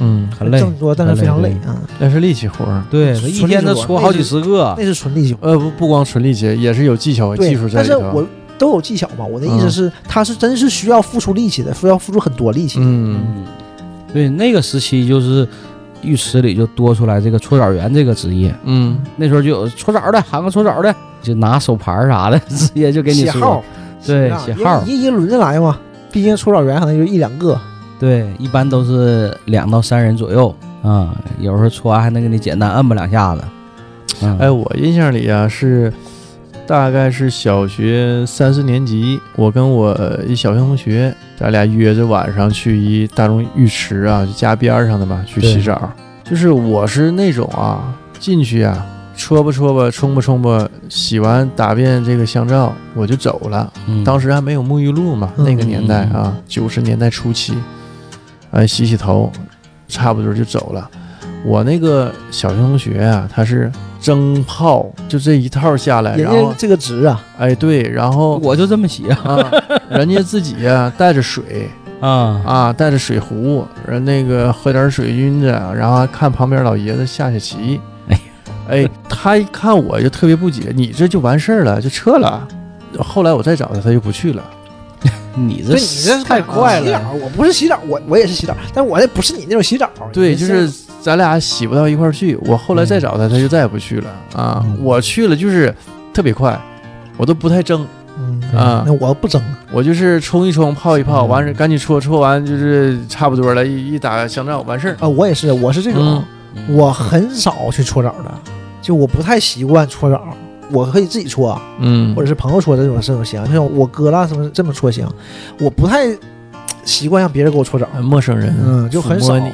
嗯，很累挣，得多，但是非常累很累嗯啊、那是力气活儿。嗯对，他一天他搓好几十个那，是纯力气活。呃，不不光纯力气，也是有技巧、对技术，在但里是头。我都有技巧嘛。我的意思嗯是，他是真是需要付出力气的，需要付出很多力气。嗯，嗯，对，那个时期就是浴池里就多出来这个搓澡员这个职业，嗯，那时候就有搓澡的，喊个搓澡的，就拿手牌儿啥的， 直接就给你写搓号，对啊写因为号一一轮着来嘛。毕竟搓澡员可能就一两个，对，一般都是两到三人左右啊、有时候搓完还能给你简单摁吧两下子。嗯、哎，我印象里啊是，大概是小学三四年级，我跟我一小学同学，咱俩约着晚上去一大众浴池啊，就家边儿上的吧，去洗对澡。就是我是那种啊，进去啊，搓吧搓吧，冲吧冲吧，洗完打遍这个香皂，我就走了。嗯，当时还没有沐浴露嘛，嗯那个年代啊，九十年代初期，哎，洗洗头，差不多就走了。我那个小学同学啊，他是蒸泡，就这一套下来，人哎然后家这个值啊，哎对，然后我就这么洗啊啊，人家自己啊带着水啊啊，带着水壶，人那个喝点水晕着，然后还看旁边老爷子下下棋。哎呀哎，他一看我就特别不解，你这就完事儿了，就撤了。后来我再找他，他就不去了。你这对，你这是太快洗了，澡，我不是洗澡，我我也是洗澡，但我那不是你那种洗澡。对，你这就是咱俩洗不到一块儿去。我后来嗯再找他，他就再也不去了啊嗯。我去了就是特别快，我都不太争，嗯啊那我不争，我就是冲一冲，泡一泡，嗯完事赶紧搓，搓完就是差不多了，一一打香皂完事儿。啊，我也是，我是这种嗯，我很少去搓澡的，就我不太习惯搓澡，我可以自己搓，嗯或者是朋友搓这种这种行，就像我哥啦什么这么搓行，我不太习惯让别人给我搓澡，呃陌生人，嗯，就很少抚摸，你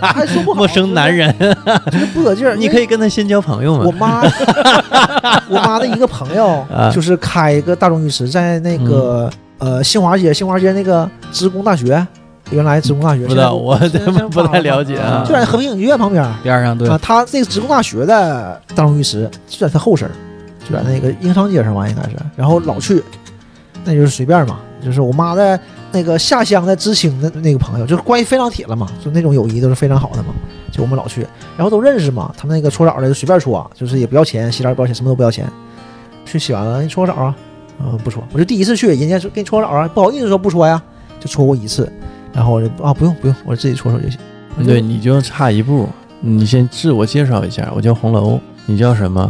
还 说不好陌生男，人，就是不得劲儿，你可以啊跟他先交朋友我嘛。妈，我妈 的一个朋友 啊，嗯就是开一个大众浴池，在那个、呃新华街，新华街那个职工大学，原来职工大学，不知现在道，我现在真现在不太忘了解啊就。在和平影剧院旁边啊。嗯边上对，他这个职工大学的大众浴池就在他后身儿，就在那个英商街上吧，应该是。然后老去，那就是随便嘛，就是我妈的那个下乡的知青的那个朋友，就是关系非常铁了嘛，就那种友谊都是非常好的嘛。就我们老去，然后都认识嘛。他们那个搓澡的就随便搓，就是也不要钱，洗澡也不要钱，什么都不要钱。去洗完了，你搓个澡啊？嗯，不搓。我就第一次去，人家说给你搓个澡啊，不好意思说不搓呀，就搓过一次。然后我就啊，不用不用，我自己搓搓就行。对，你就差一步。你先自我介绍一下，我叫红楼，你叫 什么？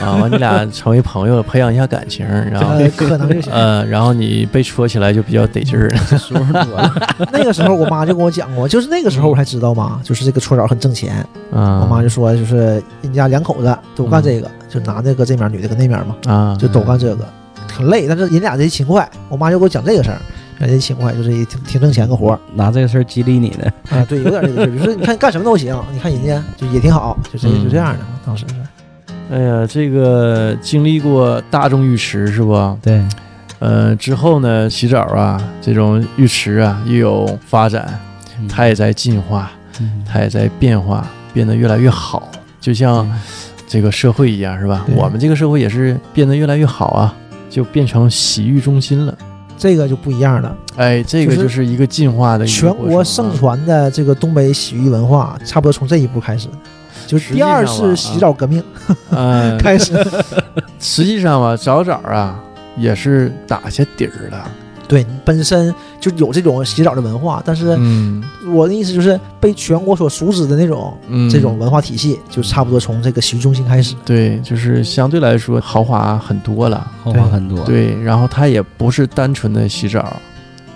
啊，完你俩成为朋友了，培养一下感情，然后呃，可能就行。呃，然后你被戳起来就比较得劲儿。 时候多了，那个时候我妈就跟我讲过，就是那个时候我才知道嘛，就是这个搓澡很挣钱。啊，我妈就说，就是人家两口子都干这个，嗯就男的搁这面，女的搁那面嘛，啊，就都干这个，嗯很累，但是人俩贼勤快。我妈就给我讲这个事儿，人家勤快就是也挺挺挣钱个活儿拿这个事儿激励你呢，嗯啊，对，有点这个劲儿。就是你看干什么都 行，你看人家就也挺好，就这嗯就这样的嘛。当时是，哎呀，这个经历过大众浴池是不？对，呃，之后呢，洗澡啊，这种浴池啊，又有发展，它也在进化，嗯它也在变化，变得越来越好。就啊像这个社会一样，是吧？对我们这个社会也是变得越来越好啊，就变成洗浴中心了。这个就不一样了。哎，这个就是就是一个进化的一个全过国程啊盛传的这个东北洗浴文化，差不多从这一步开始，就是第二次实际上吧啊洗澡革命呃， 开始。实际上吧，早早啊也是打下底儿了。对，本身就有这种洗澡的文化，但是嗯我的意思就是被全国所熟知的那种、嗯，这种文化体系，就差不多从这个洗浴中心开始。对，就是相对来说豪华啊很多了。后话很多，，对，然后它也不是单纯的洗澡，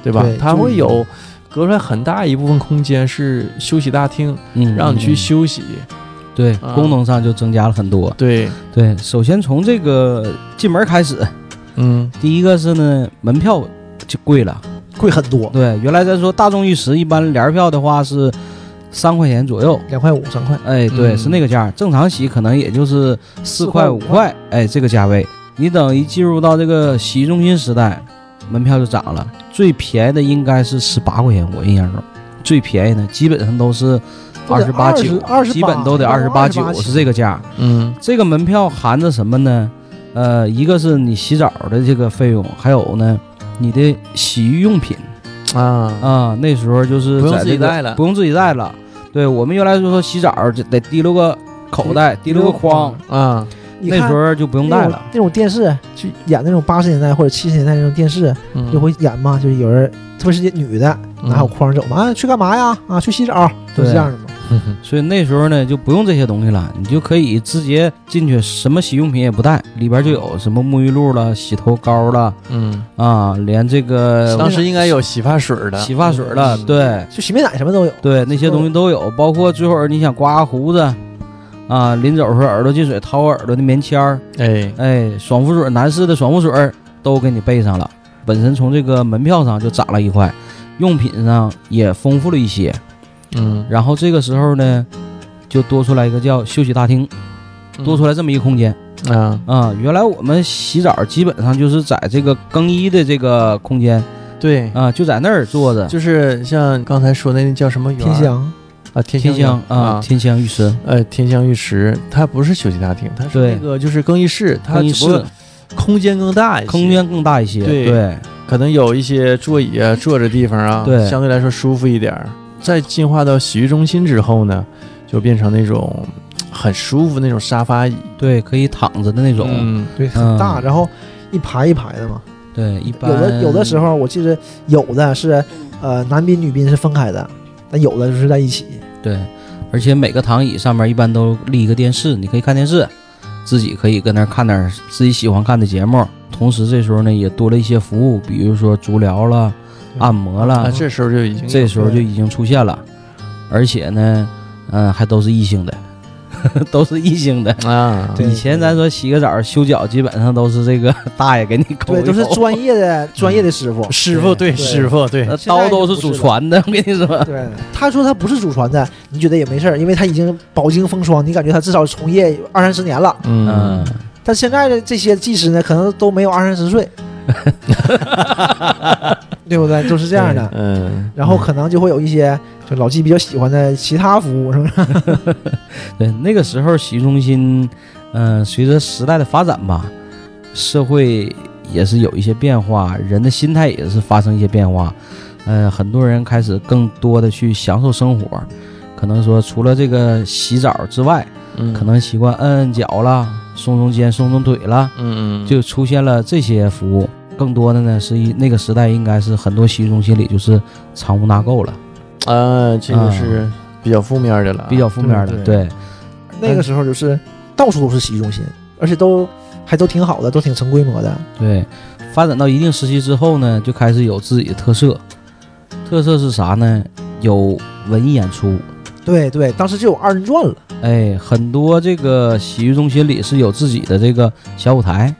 对吧？对它就会有隔出来很大一部分空间是休息大厅，嗯，让你去休息。对，啊功能上就增加了很多。对，对，首先从这个进门开始，嗯第一个是呢，门票就贵了。贵很多，对，原来咱说大众浴池一般帘儿票的话是三块钱左右，两块五、三块。哎，对，嗯是那个价儿。正常洗可能也就是四块4五块5块，哎，这个价位。你等一进入到这个洗浴中心时代，门票就涨了，最便宜的应该是十八块钱，我印象中最便宜的基本上都是都二得十八九20，28基本都得二十八九28是这个价儿。嗯这个门票含着什么呢？呃，一个是你洗澡的这个费用，还有呢，你的洗浴用品啊，啊。那时候就是不用在自己这个带了不用自己带了。对我们原来就说洗澡就得提溜个口嗯袋，提溜个筐，啊，你那看时候就不用带那种了。那种电视，就演那种八十年代或者七十年代那种电视，嗯就会演嘛，就是有人，特别是女的拿小筐走嘛，啊，去干嘛呀？啊，去洗澡，都是对这样的嘛。嗯所以那时候呢就不用这些东西了，你就可以直接进去，什么洗用品也不带，里边就有什么沐浴露了、洗头膏了嗯，啊，连这个当时应该有洗发水的，洗发水了，嗯对。就洗面奶什么都有，对，那些东西都有，包括最后你想刮胡子，啊，临走时候耳朵进水掏耳朵的棉签儿，哎，哎，爽肤水，男士的爽肤水儿都给你备上了。本身从这个门票上就涨了一块，用品上也丰富了一些。嗯，然后这个时候呢，就多出来一个叫休息大厅，嗯多出来这么一个空间来啊，啊。原来我们洗澡基本上就是在这个更衣的这个空间对，啊，就在那儿坐着。就是像刚才说的那叫什么园天香，啊，天天香园啊，天香浴池，呃，天香浴池它不是休息大厅，它是对那个就是更衣室，它更衣只不过室空间更大一些，空间更大一些。对对可能有一些座椅啊、坐着地方啊，对相对来说舒服一点儿。再进化到洗浴中心之后呢，就变成那种很舒服那种沙发椅，对，可以躺着的那种。嗯，对，很大，嗯然后一排一排的嘛。对，一有般的有的时候我记得有的是，呃，男宾女宾是分开的，但有的就是在一起。对，而且每个躺椅上面一般都立一个电视，你可以看电视，自己可以跟那儿看点儿自己喜欢看的节目。同时这时候呢，也多了一些服务，比如说足疗了、对按摩了，啊，这时候就已经这时候就已经出现了。而且呢，嗯、还都是异性的， 都是异性的。啊，对以前咱说洗个澡、修脚，基本上都是这个 大爷给你抠一对，抠，都是专业的专业的师傅。师傅对对师傅对呃，现刀在就都不是祖是了传的。我跟你说，对，他说他不是祖传的，你觉得也没事儿，因为他已经饱经风霜，你感觉他至少从业有二三十年了。嗯嗯，但现在的这些技师呢，可能都没有二三十岁，对不对？都是这样的。嗯，然后可能就会有一些就老纪比较喜欢的其他服务，是不是？对，那个时候洗浴中心，嗯、随着时代的发展吧，社会也是有一些变化，人的心态也是发生一些变化。呃，很多人开始更多的去享受生活，可能说除了这个洗澡之外，嗯可能习惯按按脚啦、松松肩、松松腿啦，嗯嗯就出现了这些服务。更多的呢是一那个时代应该是很多洗浴中心里就是藏污纳垢了，啊，这个是比较负面的了，嗯比较负面的。对对，那个时候就是到处都是洗浴中心，而且都还都挺好的，都挺成规模的。对，发展到一定时期之后呢，就开始有自己的特色。特色是啥呢？有文艺演出，对对，当时就有二人转了。哎，很多这个洗浴中心里是有自己的这个小舞台，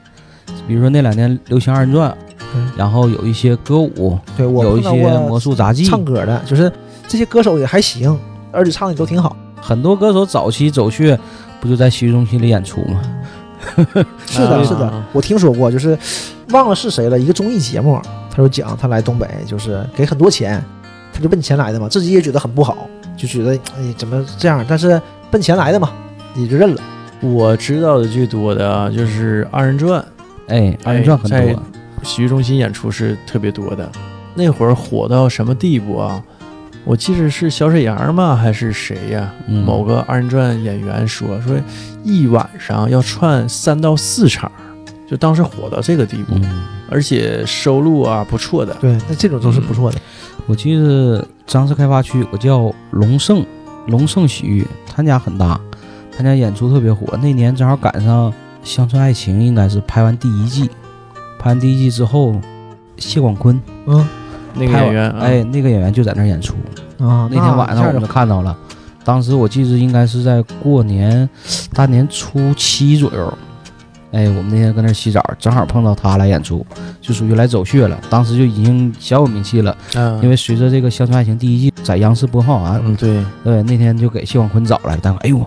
比如说那两年流行二人转嗯，然后有一些歌舞，对我有一碰到些魔过术杂技，唱歌的，就是这些歌手也还行，而且唱的也都挺好。很多歌手早期走穴不就在洗浴中心里演出吗？是的，啊是的，我听说过，就是忘了是谁了，一个综艺节目，他就讲他来东北，就是给很多钱，他就奔钱来的嘛，自己也觉得很不好，就觉得哎怎么这样，但是奔钱来的嘛，也就认了。我知道的最多的啊，就是二人转哎，二人转很哎多，洗浴中心演出是特别多的。那会儿火到什么地步啊？我记得是小沈阳吗？还是谁呀、嗯某个二人转演员说说，一晚上要串三到四场，就当时火到这个地步，嗯。而且收入啊不错的。对，那这种都是不错的。我记得张市开发区有个叫龙盛，龙盛洗浴，他家很大，他家演出特别火。那年正好赶上《乡村爱情》，应该是拍完第一季，拍完第一季之后，谢广坤嗯那个拍完演员啊，哎，那个演员就在那儿演出。啊，嗯那天晚上我们就看到了，当时我记得应该是在过年大年初七左右。哎，我们那天搁那儿洗澡，正好碰到他来演出，就属于来走穴了。当时就已经小有名气了，嗯，啊因为随着这个《乡村爱情》第一季在央视播放完，嗯对，对，那天就给谢广坤找来，但哎呦，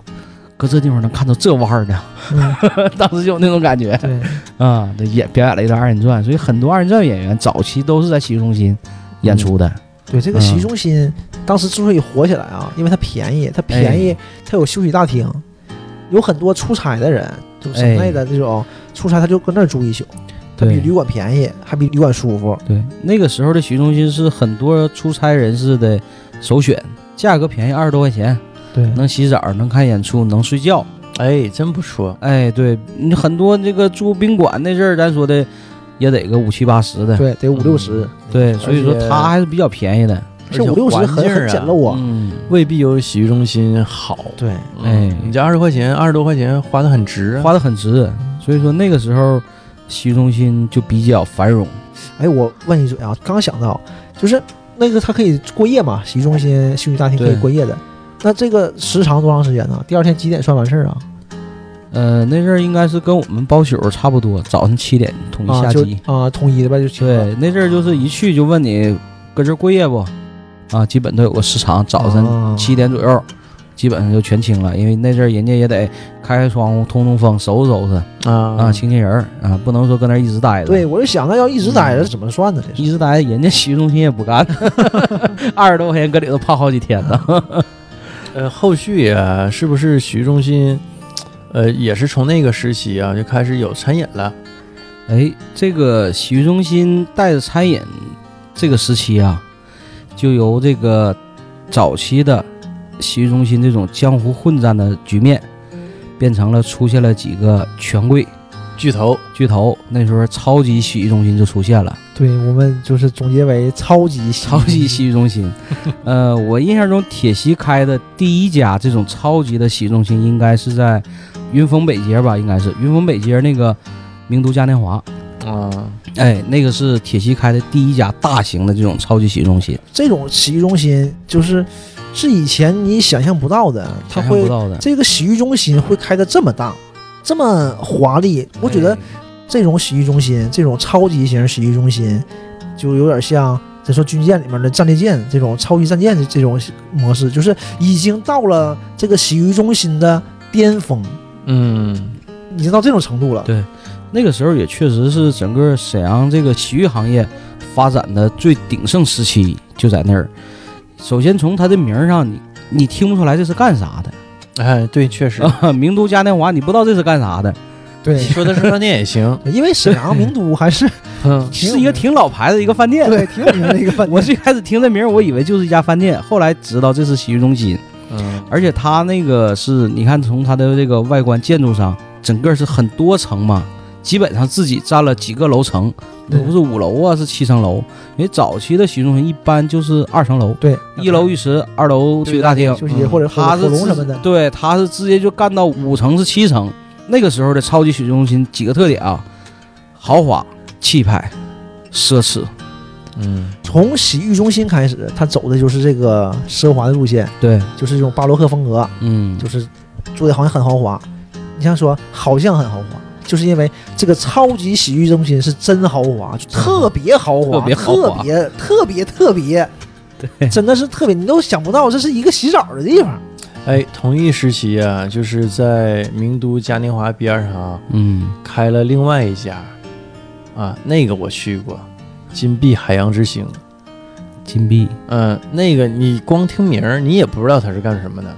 搁这地方能看到这腕儿呢，嗯 当时就有那种感觉对，啊。对演表演了一段二人转，所以很多二人转演员早期都是在洗浴中心演出的。对，这个洗浴中心当时之所以火起来啊，因为它便宜，它便宜，它有休息大厅，有很多出差的人，就省内的这种出差，他就搁那儿住一宿，它比对旅馆便宜，还比旅馆舒服。对，那个时候的洗浴中心是很多出差人士的首选，价格便宜二十多块钱，对能洗澡，能看演出，能睡觉。哎，真不错。哎，对你很多这个住宾馆那阵儿，咱说的也得个五七八十的。对，得五六嗯十，对，所以说而且它还是比较便宜的。这五六十而且环很境很啊简陋啊。嗯，未必有洗浴中心好。对，嗯哎你这二十块钱，二十多块钱花的很值啊。花的很值，所以说那个时候洗浴中心就比较繁荣。哎，我问一嘴啊，刚想到，就是那个它可以过夜嘛，洗浴中心、休息大厅可以对过夜的。那这个时长多长时间呢？第二天几点算完事儿啊？呃，那阵儿应该是跟我们包宿差不多，早上七点统一啊，下就机。啊，统一的呗，就行了对，那阵儿就是一去就问你搁这儿过夜不？啊，基本都有个时长，早啊晨七点左右，基本上就全清了。因为那阵儿人家也得开开窗户通通风，收拾收拾啊，啊，清清人儿啊，不能说搁那儿一直待着。哦对，我嗯就想着要一直待着怎么算呢？这是一直待着，人家洗浴中心也不 干，二十多块钱搁里头泡好几天呢。呃，后续啊，是不是洗浴中心，呃，也是从那个时期啊就开始有餐饮了？ 哎，这个洗浴中心带着餐饮这个时期啊，就由这个早期的洗浴中心这种江湖混战的局面，变成了出现了几个权贵巨头巨头。那时候超级洗浴中心就出现了，对我们就是总结为超级洗超级洗浴中 心。呃，我印象中铁西开的第一家这种超级的洗浴中心，应该是在云峰北街吧？应该是云峰北街那个名都嘉年华。啊，哎，那个是铁西开的第一家大型的这种超级洗浴中心，这种洗浴中心，就是是以前你想象不到的，它想象不会到的。这个洗浴中心会开的这么大，这么华丽。我觉哎得这种洗浴中心，这种超级型洗浴中心，就有点像咱说军舰里面的战列舰这种超级战舰的这种模式，就是已经到了这个洗浴中心的巅峰，嗯，已经到这种程度了对。那个时候也确实是整个沈阳这个洗浴行业发展的最鼎盛时期，就在那儿。首先从它的名儿上，你你听不出来这是干啥的哎，对，确实，啊？ 名都嘉年华，你不知道这是干啥的，对你，说的是饭店也 行，因为沈阳名都还是嗯，挺有是一个挺老牌的一个饭店。对挺有名的一个饭我店。最开始听这名儿，我以为就是一家饭店，后来知道这是洗浴中心，嗯而且它那个是你看从它的这个外观建筑上，整个是很多层嘛，基本上自己占了几个楼层，对不是五楼啊，是七层楼。因为早期的洗浴中心一般就是二层楼，对，一楼浴室，二楼体育大厅，休息或者它火是火龙直什么的，对，它是直接就干到五层是七层。那个时候的超级洗浴中心几个特点啊，豪华、气派、奢侈，嗯，从洗浴中心开始，他走的就是这个奢华的路线，对，就是这种巴洛克风格，嗯， 就是做的好像很豪华。你像说好像很豪华，就是因为这个超级洗浴中心是真豪华，就特别豪华，特别豪华特别特别特别，对，真的是特别，你都想不到这是一个洗澡的地方。哎，同一时期啊，就是在名都嘉年华边上啊嗯，开了另外一家，啊，那个我去过，金碧海洋之星，金币。嗯，那个你光听名儿，你也不知道它是干什么的，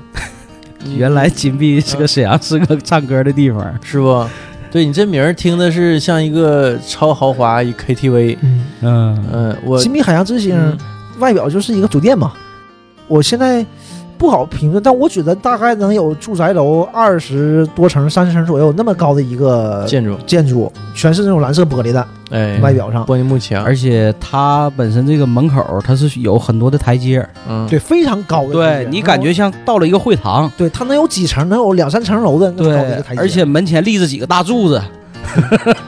你原来金币是嗯个沈阳，是个唱歌的地方。是不？对你这名儿听的是像一个超豪华一 KTV，嗯，嗯，嗯，我金碧海洋之星、嗯外表就是一个酒店嘛。我现在不好评论，但我觉得大概能有住宅楼二十多层、三十层左右那么高的一个嗯建筑，建筑，全是那种蓝色玻璃的，哎，外表上，玻璃幕墙，而且它本身这个门口它是有很多的台阶，嗯，对，非常高的台阶。哦对你感然觉像到了一个会堂。后对它能有几层，能有两三层楼的那么高的一对个台，阶，而且门前立着几个大柱子，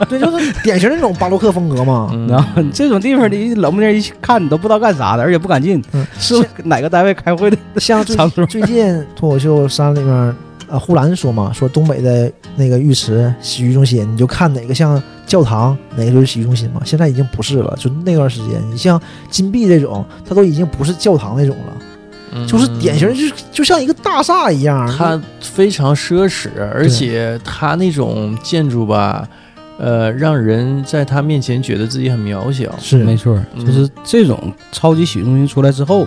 对，就是典型的那种巴洛克风格嘛。嗯，然后这种地方你冷不丁一去看，你都不知道干啥的，而且不敢进，嗯，是哪个单位开会的 像最场所？最近脱口秀山里面，呃，呼兰说嘛，说东北的那个浴池洗浴中心，你就看哪个像教堂，哪个就是洗浴中心嘛。现在已经不是了，就那段时间，你像金碧这种，它都已经不是教堂那种了，就是典型的，就是就像一个大厦一样。嗯它非常奢侈，而且它那种建筑吧，呃，让人在它面前觉得自己很渺小。是没错，嗯就是这种超级洗浴中心出来之后，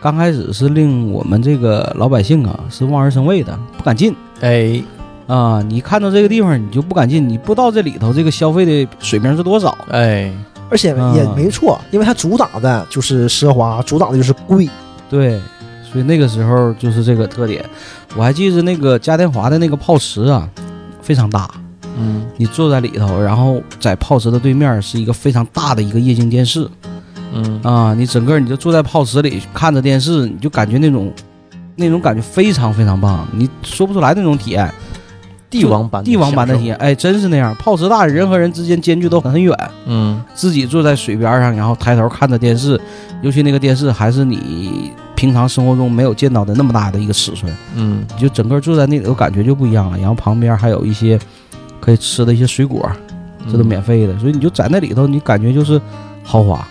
刚开始是令我们这个老百姓啊是望而生畏的，不敢进。哎，啊，你看到这个地方你就不敢进，你不知道这里头这个消费的水平是多少。哎，而且啊也没错，因为它主打的就是奢华，主打的就是贵。对，所以那个时候就是这个特点。我还记着那个嘉年华的那个泡池啊，非常大，嗯你坐在里头，然后在泡池的对面是一个非常大的一个液晶电视嗯啊，你整个你就坐在泡池里看着电视，你就感觉那种那种感觉非常非常棒，你说不出来那种体验。帝王般的帝王般的体验，哎，真是那样。泡池大，人和人之间间距都很远。嗯，自己坐在水边上，然后抬头看着电视，尤其那个电视还是你平常生活中没有见到的那么大的一个尺寸，嗯你就整个坐在那里头感觉就不一样了。然后旁边还有一些可以吃的一些水果，嗯，这都免费的，所以你就在那里头，你感觉就是豪华。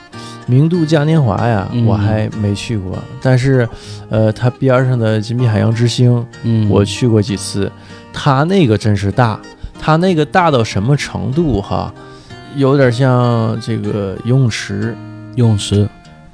名都嘉年华呀，嗯我还没去过，但是，呃，它边上的金碧海洋之星，嗯，我去过几次，它那个真是大，它那个大到什么程度哈？有点像这个游泳池，游泳池，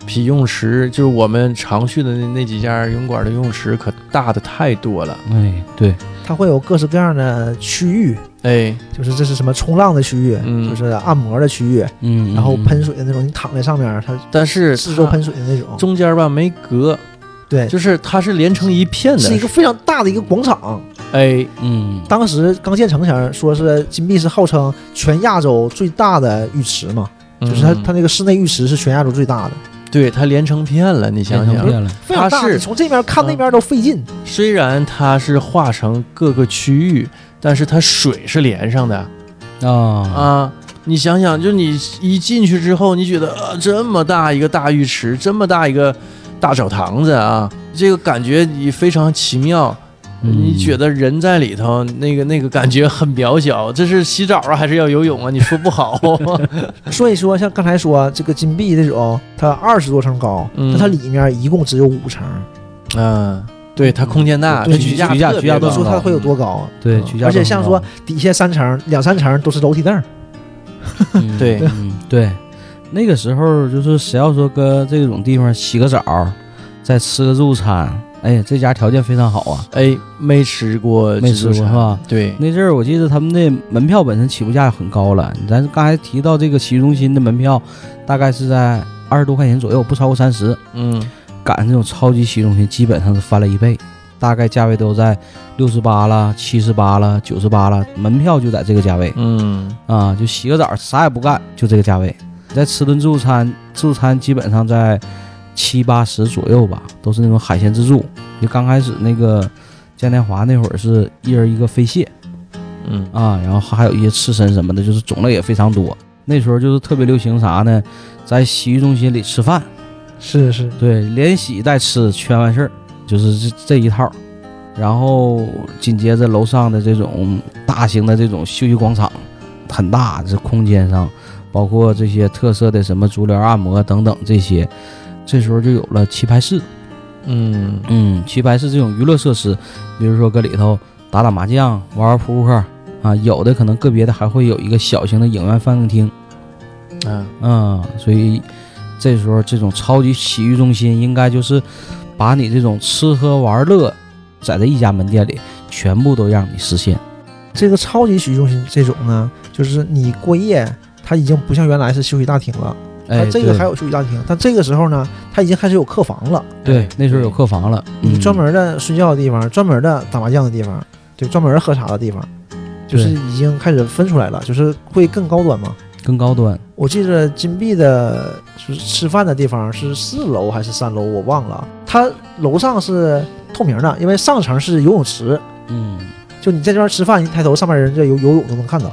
比游泳池就是我们常去的那那几家游泳馆的游泳池可大的太多了。哎，对，它会有各式各样的区域，哎，就是这是什么冲浪的区域，嗯就是按摩的区域，嗯，然后嗯喷，水的那种，你躺在上面，它但是四周它喷水的那种，中间吧没隔，对，就是它是连成一片的，哎是一个非常大的一个广场， A 嗯，当时刚建成前说是金币是号称全亚洲最大的浴池嘛，就是它嗯它那个室内浴池是全亚洲最大的，对它连成片了，你想想想，想了，非常大，它是你从这边嗯看那边都 费劲。虽然它是划成各个区域，但是它水是连上的啊啊。你想想，就你一进去之后，你觉得呃这么大一个大浴池，这么大一个大澡堂子啊，这个感觉你非常奇妙。嗯你觉得得人在里头那个那个感觉很渺小，这是洗澡啊，还是要游泳啊？你说不好。所以说，像刚才说这个金币这种，它二十多层高，嗯那它里面一共只有五层，嗯，对，它空间大，对举举架特举别架高你都说它会有多高啊？对嗯，举家而且都像很说高，底下三层、两三层都是楼梯凳儿，嗯对嗯 对，那个时候就是谁要说搁这种地方洗个澡，再吃个自助餐，哎，这家条件非常好啊。哎，没吃过没呃自助吃过是餐吧？对，那阵儿我记得他们的门票本身起步价很高了，咱刚才提到这个洗浴中心的门票大概是在二十多块钱左右，不超过三十。嗯，赶上这种超级洗浴中心，基本上是翻了一倍，大概价位都在六十八了、七十八了、九十八了，门票就在这个价位嗯，啊，就洗个澡啥也不干，就这个价位。你再吃顿自助餐，自助餐基本上在七八十左右吧，都是那种海鲜自助。就刚开始那个嘉年华那会儿是一人一个飞蟹，嗯啊，然后还有一些刺身什么的，就是种类也非常多。那时候就是特别流行啥呢，在洗浴中心里吃饭，是是，对，连洗带吃全完事儿，就是这这一套。然后紧接着楼上的这种大型的这种休息广场，很大，这空间上包括这些特色的什么足疗按摩等等这些，这时候就有了棋牌室。嗯嗯，棋牌室这种娱乐设施，比如说搁里头打打麻将、玩玩扑克啊，有的可能个别的还会有一个小型的影院放映厅。啊，嗯，所以这时候这种超级洗浴中心应该就是把你这种吃喝玩乐在这一家门店里全部都让你实现。这个超级洗浴中心这种呢，就是你过夜，它已经不像原来是休息大厅了，它哎，啊这个对还有休息大厅，但这个时候呢，它已经开始有客房了，对，哎那时候有客房了，你嗯专门的睡觉的地方，专门的打麻将的地方，对，专门喝茶的地方，就是对已经开始分出来了，就是会更高端嘛。更高端。我记得金币的就是吃饭的地方是四楼还是三楼，我忘了。它楼上是透明的，因为上层是游泳池，嗯，就你在这边吃饭，一抬头上面人这游游泳都能看到。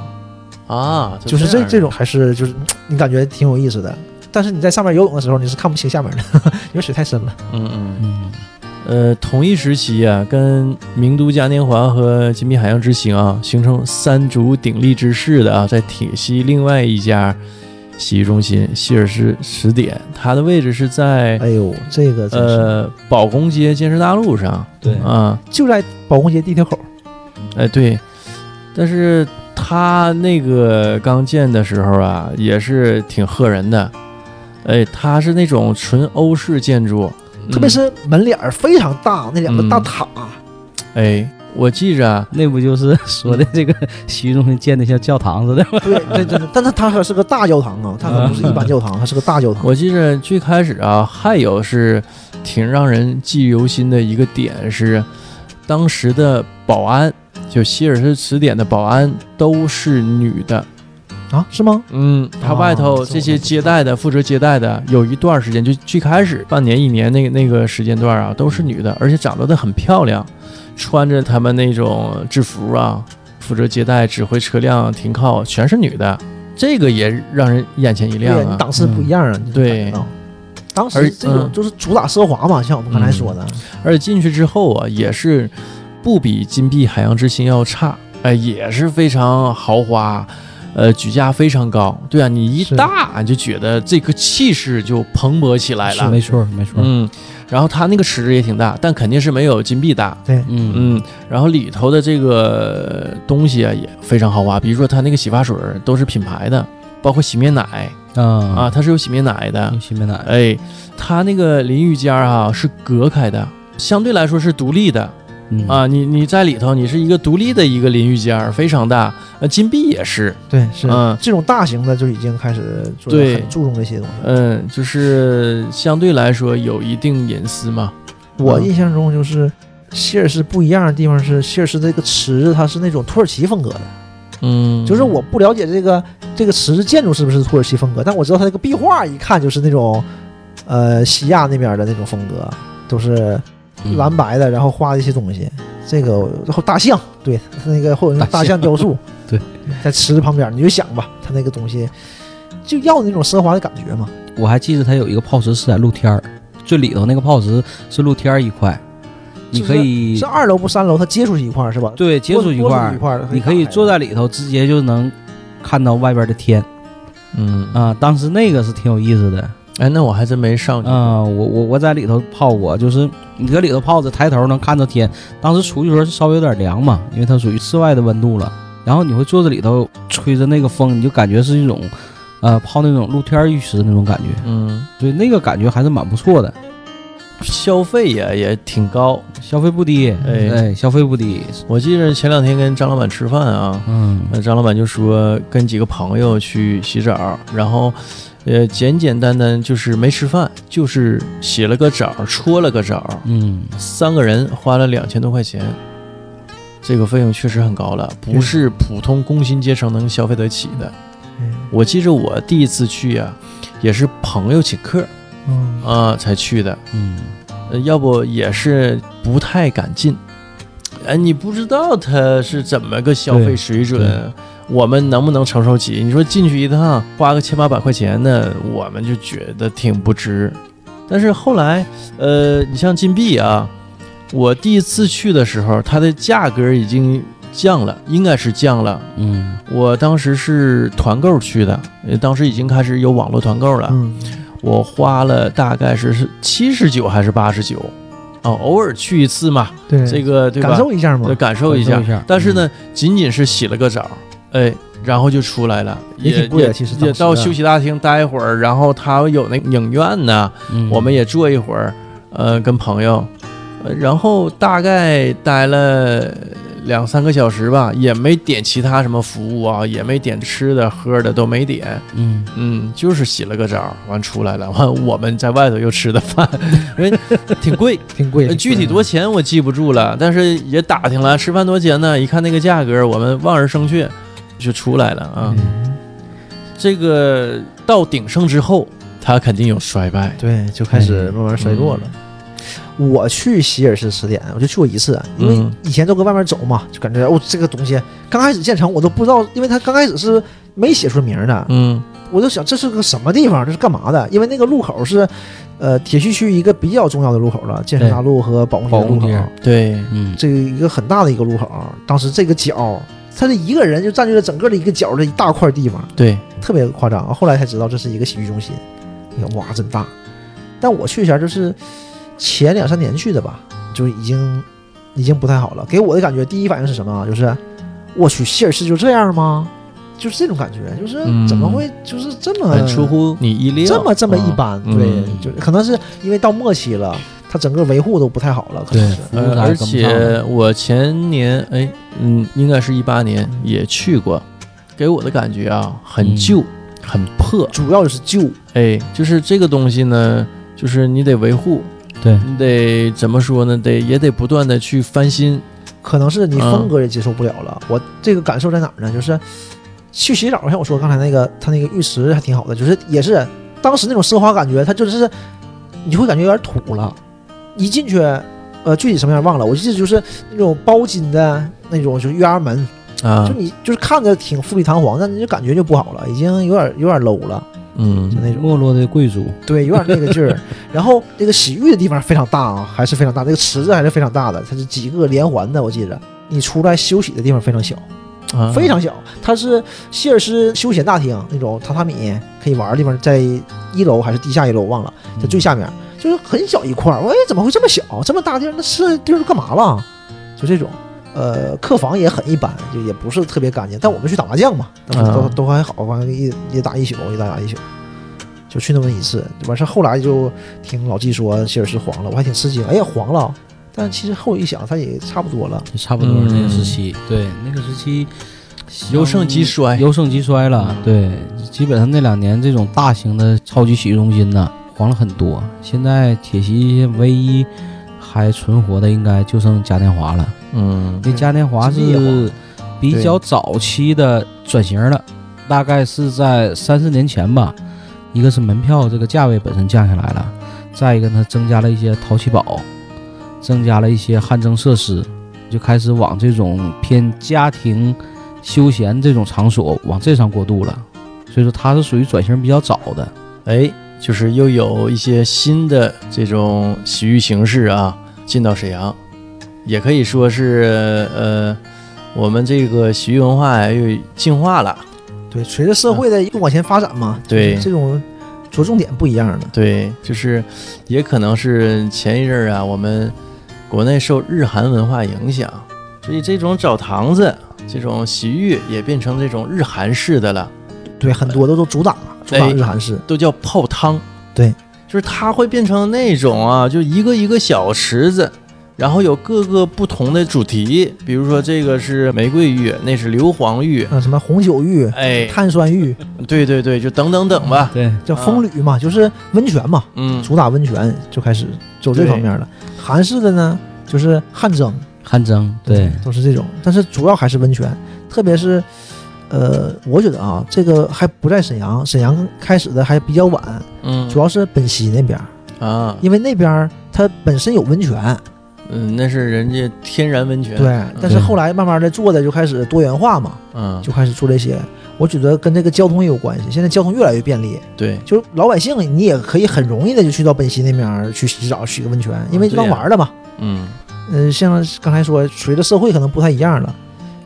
啊，就是这这种还是就是嗯你感觉挺有意思的。但是你在上面游泳的时候，你是看不清下面的， 因为水太深了。样的，嗯嗯，嗯，呃，同一时期啊，跟名都嘉年华和金碧海洋之行啊，形成三足鼎立之势的啊，在铁西另外一家洗浴中心希尔斯十点，它的位置是在哎呦，这个真是、呃宝工街建设大路上对啊，就在保工街地铁口，哎对，但是它那个刚建的时候啊，也是挺吓人的。哎，它是那种纯欧式建筑，特别嗯是门脸儿非常大，那两个大塔，啊哎，我记着啊，那不就是说的这个洗浴中心建的像教堂似的吗？对，这真的。但它它可是个大教堂啊，它可不是一般教堂，它是个大教堂。嗯我记着最开始啊，还有是挺让人记忆犹新的一个点是，当时的保安，就希尔斯词典的保安都是女的。啊，是吗？嗯，他哦外头这这我些都不知接待的、负责接待的，有一段时间就最开始半年、一年那个那个时间段啊，都是女嗯的，而且长得很漂亮，穿着他们那种制服啊，负责接待、指挥车辆停靠，全是女的，这个也让人眼前一对亮呀，你啊。档次不一样啊，你就对感觉到。当而时这种嗯就是主打奢华嘛，像我们刚才说的，而且进去之后啊，也是不比金碧海洋之星要差，哎、也是非常豪华。呃，举架非常高，对啊，你一是大你就觉得这个气势就蓬勃起来了，没错，没错。嗯，然后它那个池子也挺大，但肯定是没有金币大。嗯嗯，然后里头的这个东西啊也非常豪华，比如说它那个洗发水儿都是品牌的，包括洗面奶啊，啊它是有洗面奶的用。洗面奶，哎，它那个淋浴间儿啊是隔开的，相对来说是独立的嗯啊。你你在里头，你是一个独立的一个淋浴间儿，非常大。呃，金币也是，对，是嗯这种大型的就已经开始做对很注重这些东西。嗯，就是相对来说有一定隐私嘛。我嗯印象中就是希尔斯不一样的地方是，希尔斯这个池子它是那种土耳其风格的，嗯，就是我不了解这个这个池子建筑是不是土耳其风格，但我知道它这个壁画一看就是那种，呃，西亚那边的那种风格，都是嗯蓝白的，然后画一些东西。这个然后大象，对，它那个或者是大大象，象雕塑 对，在池子旁边，你就想吧，它那个东西就要那种奢华的感觉嘛。我还记得它有一个泡池是在露天儿，最里头那个泡池是露天儿一块，你可以是二楼不三楼，它接触一块儿是吧？对接触一块一儿，块儿，你可以坐在里头，直接就能看到外边的天嗯啊、当时那个是挺有意思的哎，那我还真没上去。啊、我我我在里头泡过，就是你搁里头泡着，抬头能看到天。当时出去的时候是稍微有点凉嘛，因为它属于室外的温度了。然后你会坐在里头，吹着那个风，你就感觉是一种，呃，泡那种露天浴池的那种感觉，嗯，所以那个感觉还是蛮不错的。消费也也挺高。消费不低，哎哎，消费不低，我记得前两天跟张老板吃饭啊，嗯那张老板就说跟几个朋友去洗澡，然后，呃，简简单单就是没吃饭，就是洗了个澡，搓了个澡，嗯，三个人花了两千多块钱，这个费用确实很高了，不是普通工薪阶层能消费得起的。嗯我记着我第一次去呀、也是朋友请客嗯啊、才去的，嗯，呃要不也是不太敢进。哎，你不知道他是怎么个消费对水对准，我们能不能承受起？你说进去一趟花个千八百块钱呢，我们就觉得挺不值。但是后来，呃，你像金币啊，我第一次去的时候，它的价格已经降了，应该是降了。嗯我当时是团购去的，呃当时已经开始有网络团购了。嗯，我花了大概是是七十九还是八十九，啊，偶尔去一次嘛，对，这个对吧？感受一下嗯嘛对，感受一下感受一下但是呢，仅仅是洗了个澡，哎，然后就出来了，也挺贵的也其实当时啊也到休息大厅待会儿，然后他有那影院呢，嗯，我们也坐一会儿，呃，跟朋友，呃然后大概待了。两三个小时吧，也没点其他什么服务啊，也没点吃的喝的都没点，嗯，嗯，就是洗了个澡，完出来了， 完我们在外头又吃的 饭，因为挺 贵，挺贵呃的，具体多钱我记不住了，但是也打听了，吃饭多钱呢？一看那个价格，我们望而生却，就出来了啊。嗯这个到鼎盛之后，它肯定有衰败，对，就开始慢慢衰落了。我去希尔斯词典，我就去过一次，因为嗯以前都搁外面走嘛，就感觉哦，这个东西刚开始建成我都不知道，因为它刚开始是没写出名的，嗯我就想这是个什么地方，这是干嘛的？因为那个路口是，呃，铁西区一个比较重要的路口了，建设大路和保工保路工口，街对，嗯这个一个很大的一个路口。当时这个角，他这一个人就占据了整个的一个角的一大块地方，对，特别夸张。后来才知道这是一个洗浴中心，你看哇，真大！但我去一下就是前两三年去的吧，就已经已经不太好了。给我的感觉，第一反应是什么啊？就是我去，希尔斯就这样吗？就是这种感觉，就是嗯怎么会就是这么很出乎你意料，这么这么一般？嗯对嗯，就是可能是因为到末期了，它整个维护都不太好了，可能是。服务呃，啥而跟不上且我前年哎，嗯，应该是一八年也去过，给我的感觉啊，很嗯旧，很破，主要就是旧，哎，就是这个东西呢，就是你得维护，对，你得怎么说呢？得也得不断的去翻新。可能是你嗯风格也接受不了了。我这个感受在哪儿呢？就是去洗澡，像我说刚才那个，它那个浴池还挺好的，就是也是当时那种奢华感觉，它就是你会感觉有点土了。一进去，呃，具体什么样忘了，我记得就是那种包金的那种，就是月牙门，啊就，你就是看着挺富丽堂皇，但你就感觉就不好了，已经有点有点 low 了，就嗯，那种。没落的贵族，对，有点那个劲儿。然后那个洗浴的地方非常大啊，还是非常大，那个池子还是非常大的，它是几个连环的，我记着。你出来休息的地方非常小，啊非常小，它是希尔斯休闲大厅那种榻榻米可以玩的地方，在一楼还是地下一楼我忘了，嗯在最下面就是很小一块儿。我说哎，怎么会这么小？这么大地儿，那是地儿干嘛了？就这种。呃，客房也很一般，就也不是特别干净。但我们去打麻将嘛，当时都、啊都还好，完了一一打一宿，一打打一宿，就去那么一次。完事儿后来就听老纪说希尔斯黄了，我还挺吃惊，哎呀黄了。但其实后一想，它也差不多了。就差不多那个时期，对，那个时期由盛及衰。嗯由盛及衰了，对，基本上那两年这种大型的超级洗浴中心呢，黄了很多。现在铁西唯一还存活的应该就剩嘉年华了。嗯那嘉年华金地是比较早期的转型了，大概是在三四年前吧。一个是门票这个价位本身降下来了，再一个呢，增加了一些淘气堡，增加了一些汗蒸设施，就开始往这种偏家庭休闲这种场所往这上过渡了。所以说它是属于转型比较早的。哎，就是又有一些新的这种洗浴形式啊，进到沈阳，也可以说是呃，我们这个洗浴文化又进化了。对，随着社会的更往前发展嘛，嗯对就是这种着重点不一样了。对，就是也可能是前一阵儿啊，我们国内受日韩文化影响，所以这种澡堂子、这种洗浴也变成这种日韩式的了，对，很多都都主打了，主打哎日韩式。都叫泡汤。对，就是它会变成那种啊，就一个一个小池子。然后有各个不同的主题，比如说这个是玫瑰浴，那是硫磺浴，啊，什么红酒浴、哎，碳酸浴，对对对，就等等等吧，对，叫风旅嘛，就是温泉嘛，嗯，主打温泉就开始走这方面了。韩式的呢，就是汗蒸，汗蒸，对，都是这种，但是主要还是温泉，特别是，呃，我觉得啊，这个还不在沈阳，沈阳开始的还比较晚，嗯，主要是本溪那边儿，啊，因为那边儿它本身有温泉，嗯，那是人家天然温泉，，对，但是后来慢慢的做的就开始多元化嘛，嗯，就开始做这些。我觉得跟这个交通也有关系，现在交通越来越便利，对，就是老百姓你也可以很容易的就去到本溪那边儿去洗澡、洗个温泉，因为对当呀玩儿的嘛。嗯，嗯，像刚才说，随着社会可能不太一样了，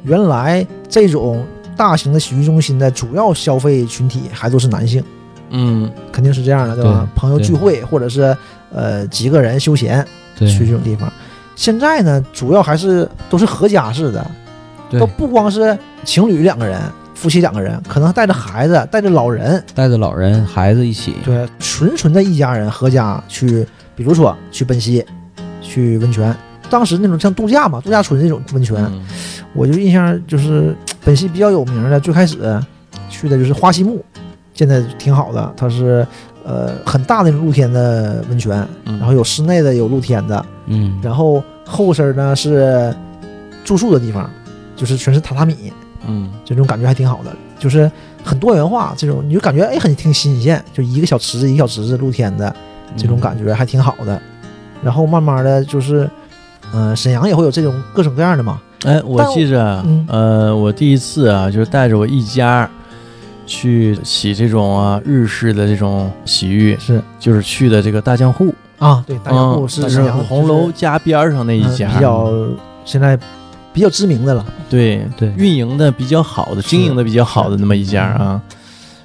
原来这种大型的洗浴中心的主要消费群体还都是男性，嗯，肯定是这样的，对吧？对朋友聚会或者是呃几个人休闲去对，这种地方。现在呢，主要还是都是合家式的，对都，不光是情侣两个人、夫妻两个人，可能带着孩子、带着老人，带着老人孩子一起，对，纯纯的一家人合家去，比如说去奔溪，去温泉。当时那种像度假嘛，度假村那种温泉，嗯我就印象就是本溪比较有名的，最开始去的就是花溪木，建的挺好的，它是呃很大的露天的温泉，嗯然后有室内的，有露天的，嗯，然后后身呢是住宿的地方，就是全是榻榻米，嗯，这种感觉还挺好的，就是很多元化，这种你就感觉哎很挺新鲜，就一个小池子一个小池子露天的这嗯种感觉还挺好的，然后慢慢的就是。嗯、沈阳也会有这种各种各样的嘛，哎，我记着嗯，呃，我第一次啊，就是带着我一家去洗这种啊日式的这种洗浴，是就是去的这个大江户，啊，对，大洋嗯路是就沈阳红就是楼家边儿上那一嗯家，比较现在比较知名的了。对对运营的比较好的、经营的比较好的那么一家啊。嗯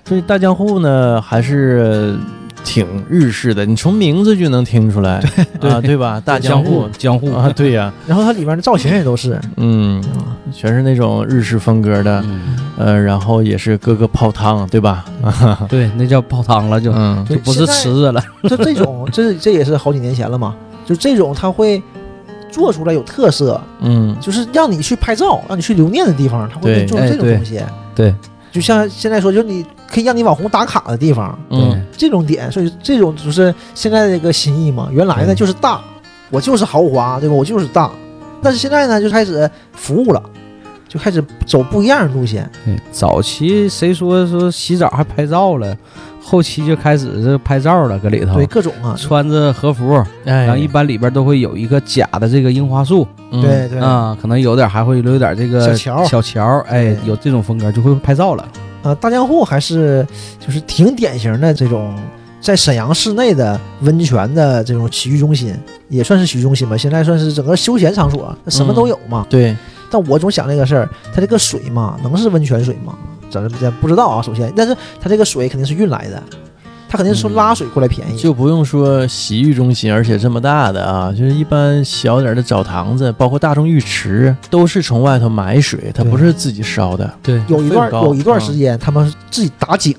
所以大江户呢，还是挺日式的，你从名字就能听出来，啊，对吧？大江户江户啊，对呀、然后它里面的造型也都是嗯，啊，全是那种日式风格的，嗯，呃，然后也是各个泡汤，对吧？啊，对，那叫泡汤了，就嗯，就不是池子了。就这种，这这也是好几年前了嘛。就这种，它会做出来有特色，嗯，就是让你去拍照，啊让你去留念的地方，它会对做哎这种对东西。对，就像现在说，就是你可以让你网红打卡的地方，嗯，这种点，所以这种就是现在这个心意嘛。原来呢对就是大，我就是豪华，对吧？我就是大，但是现在呢就开始服务了，就开始走不一样的路线。对，早期谁说说洗澡还拍照了，后期就开始这拍照了，搁里头对各种啊，穿着和服，哎，然后一般里边都会有一个假的这个樱花树嗯对，对啊、啊，可能有点还会留点这个小桥小桥，哎对，有这种风格就会拍照了。呃大江户还是就是挺典型的这种在沈阳市内的温泉的这种洗浴中心，也算是洗浴中心吧。现在算是整个休闲场所，什么都有嘛。对，但我总想这个事儿，它这个水嘛，能是温泉水吗？咱咱不知道啊。首先，但是它这个水肯定是运来的，它肯定是说嗯拉水过来便宜。就不用说洗浴中心，而且这么大的啊，就是一般小点儿的澡堂子，包括大众浴池，都是从外头买水，它对不是自己烧的。对有一段费用高有一段时间，他们自己打井，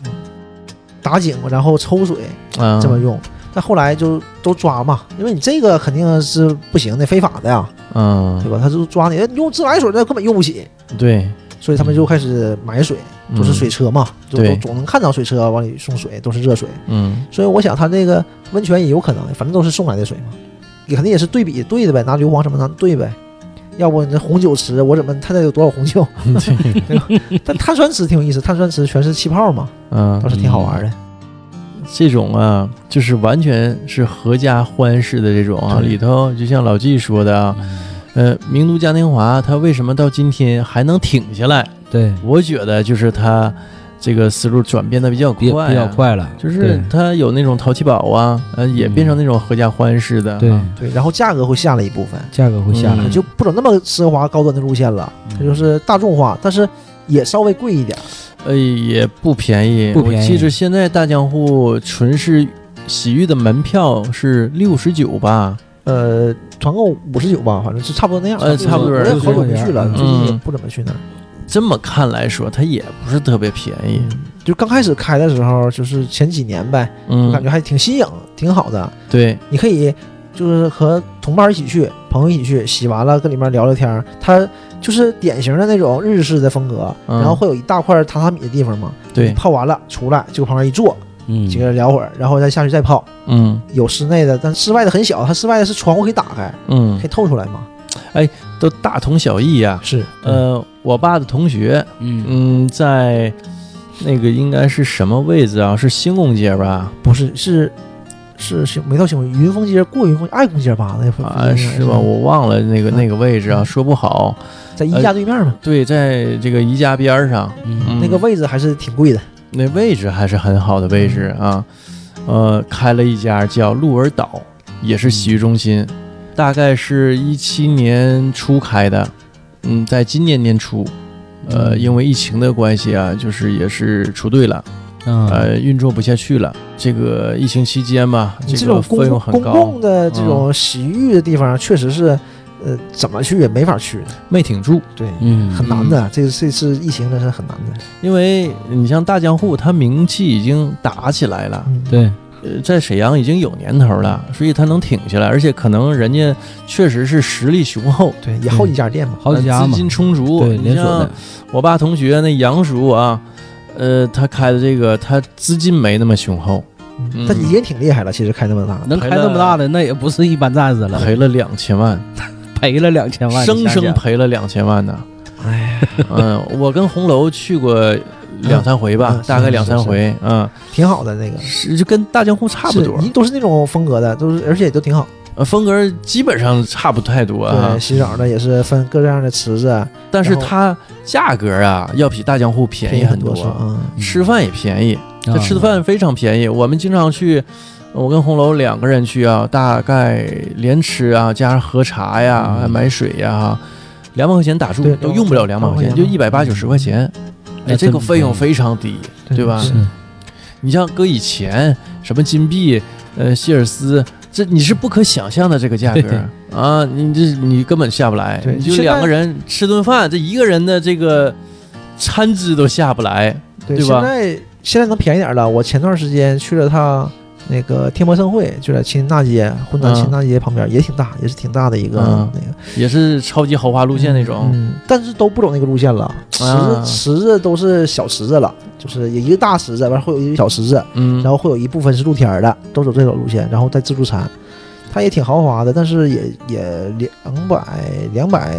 打井然后抽水啊，这么用。但后来就都抓嘛，因为你这个肯定是不行的，非法的呀，对嗯，吧？他就抓你，哎你用自来水那根本用不起，对，所以他们就开始买水，都是水车嘛，就嗯都对总能看到水车往里送水，都是热水。嗯，所以我想他这个温泉也有可能，反正都是送来的水嘛。也肯定也是对比对的呗，拿硫磺什么的对呗。要不你这红酒池，我怎么它得有多少红酒？ 对但碳酸池挺有意思，碳酸池全是气泡嘛，嗯倒，是挺好玩的。这种啊，就是完全是合家欢式的这种啊，对里头就像老纪说的啊，呃，名都嘉年华它为什么到今天还能挺下来？对，我觉得就是它这个思路转变的比较比快、啊比较，快了，就是它有那种淘气堡啊，呃，也变成那种合家欢式的、对对，对，然后价格会下来一部分，价格会下来嗯，就不走那么奢华高端的路线了，它就是大众化，但是也稍微贵一点。呃，也不便宜。不便我宜记着现在大江户纯是洗浴的门票是六十九吧？呃，团购五十九吧，反正是差不多那样。呃差不多我也好就久是没这去了，样最近也嗯不怎么去那儿。这么看来说，它也不是特别便宜。就刚开始开的时候，就是前几年呗，嗯，我感觉还挺新颖，挺好的。对，你可以就是和同伴一起去，朋友一起去，洗完了跟里面聊聊天儿。它就是典型的那种日式的风格，嗯然后会有一大块榻榻米的地方嘛，对泡完了出来就旁边一坐，嗯，几个人聊会儿，然后再下去再泡。嗯有室内的，但室外的很小，它室外的是窗户可以打开，嗯可以，透出来嘛。都大同小异呀、是，呃，我爸的同学，嗯嗯，在那个应该是什么位置啊？是兴隆街吧？不是是是是没到星空云峰街过云峰爱公街吧？那附近啊，应该是吧？我忘了那个那个位置啊，说不好。在宜家对面嘛，对，在这个宜家边儿上，嗯嗯那个位置还是挺贵的。那位置还是很好的位置啊。呃，开了一家叫鹿儿岛，也是洗浴中心，大概是一七年初开的，嗯，在今年年初。呃，嗯因为疫情的关系啊，就是也是出队了，啊，呃，运作不下去了。这个疫情期间吧，你这种个公费用很公高，嗯共的这种洗浴的地方，确实是，呃，怎么去也没法去，没挺住。对，嗯，很难的。这这次疫情真是很难的。啊因为你像大江户，它名气已经打起来了，嗯，对，呃，在沈阳已经有年头了，所以它能挺下来，而且可能人家确实是实力雄厚，对，也好几家店嘛。好几呃家资嘛，金充足。对，你连锁的像，我爸同学那杨叔啊，呃，他开的这个，他资金没那么雄厚，嗯嗯但也挺厉害了，其实开那么大，能赔开那么了大的，那也不是一般战士了，赔了两千万，赔了两千万，你生想生想赔了两千万呢。哎呀，嗯，我跟红楼去过两三回吧嗯，大概两三回，嗯，挺好的那个，是就跟大江户差不多是，你都是那种风格的，都是而且也都挺好。呃风格基本上差不太多啊对，。洗澡的也是分各样的池子，啊但是然后它价格啊要比大江户便宜很多，多是吧嗯。吃饭也便宜，它啊吃的饭非常便宜。我们经常去，我跟红楼两个人去啊，大概连吃啊，加上喝茶呀、嗯买水呀，两百块钱打住对都用不了两百块钱， 200就一百八九十块钱。那哎，这个真不费用便非常低。对吧是啊是你像搁以前什么金币、呃希尔斯，这你是不可想象的这个价对对格啊！你这你根本下不来，对你就现在两个人吃顿饭，这一个人的这个餐资都下不来。对对吧现在现在能便宜点了。我前段时间去了趟那个天博盛会，就在秦大街，混在嗯秦大街旁边，也挺大，也是挺大的一个嗯哦那个也是超级豪华路线那种。嗯，但是都不走那个路线了，池子啊池子都是小池子了，就是有一个大池子，完会有一个小池子，嗯，然后会有一部分是露天的，都走这种路线，然后再自助餐。它也挺豪华的，但是也也两百两百，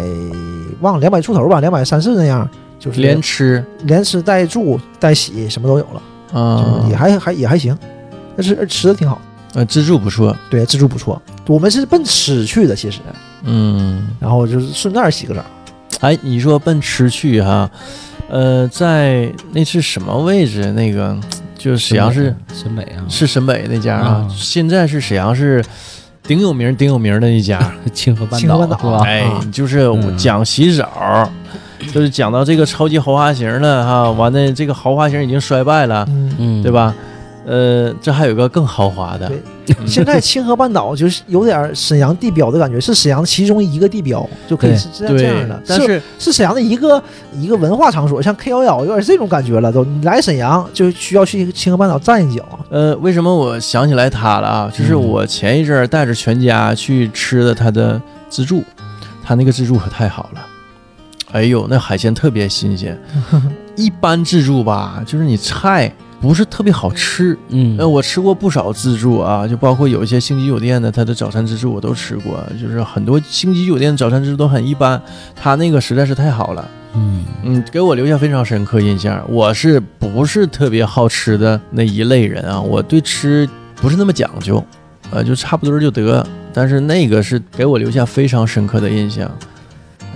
忘了两百出头吧，两百三四那样，就是连吃连吃带住带洗什么都有了。啊就是也，还还也还行，但是吃的挺好，呃，自助不错。对，自助不错。我们是奔吃去的，其实，嗯，然后就是顺便洗个澡，哎，你说奔驰去哈、呃，在那是什么位置？那个就是沈阳市沈北啊，是沈北那家啊，啊现在是沈阳市顶有名顶有名的一家。啊 清河半清岛河半岛是吧？哎啊，就是我嗯讲洗澡，就是讲到这个超级豪华型的哈，完了这个豪华型已经衰败了，嗯。嗯，对？吧？呃，这还有个更豪华的，对现在清河半岛就是有点沈阳地标的感觉，是沈阳其中一个地标，就可以对是这样这对样的。，但是是沈阳的一个一个文化场所，像 K 幺幺有点这种感觉了。都你来沈阳就需要去清河半岛站一脚，啊呃，为什么我想起来他了啊？就是嗯我前一阵儿带着全家去吃的他的自助，他那个自助可太好了， 哎呦，那海鲜特别新鲜。一般自助吧，就是你菜不是特别好吃。嗯呃，我吃过不少自助啊，就包括有一些星级酒店的，它的早餐自助我都吃过，就是很多星级酒店早餐自助都很一般，它那个实在是太好了，嗯嗯，给我留下非常深刻印象。我是不是特别好吃的那一类人啊？我对吃不是那么讲究，呃，就差不多就得。但是那个是给我留下非常深刻的印象。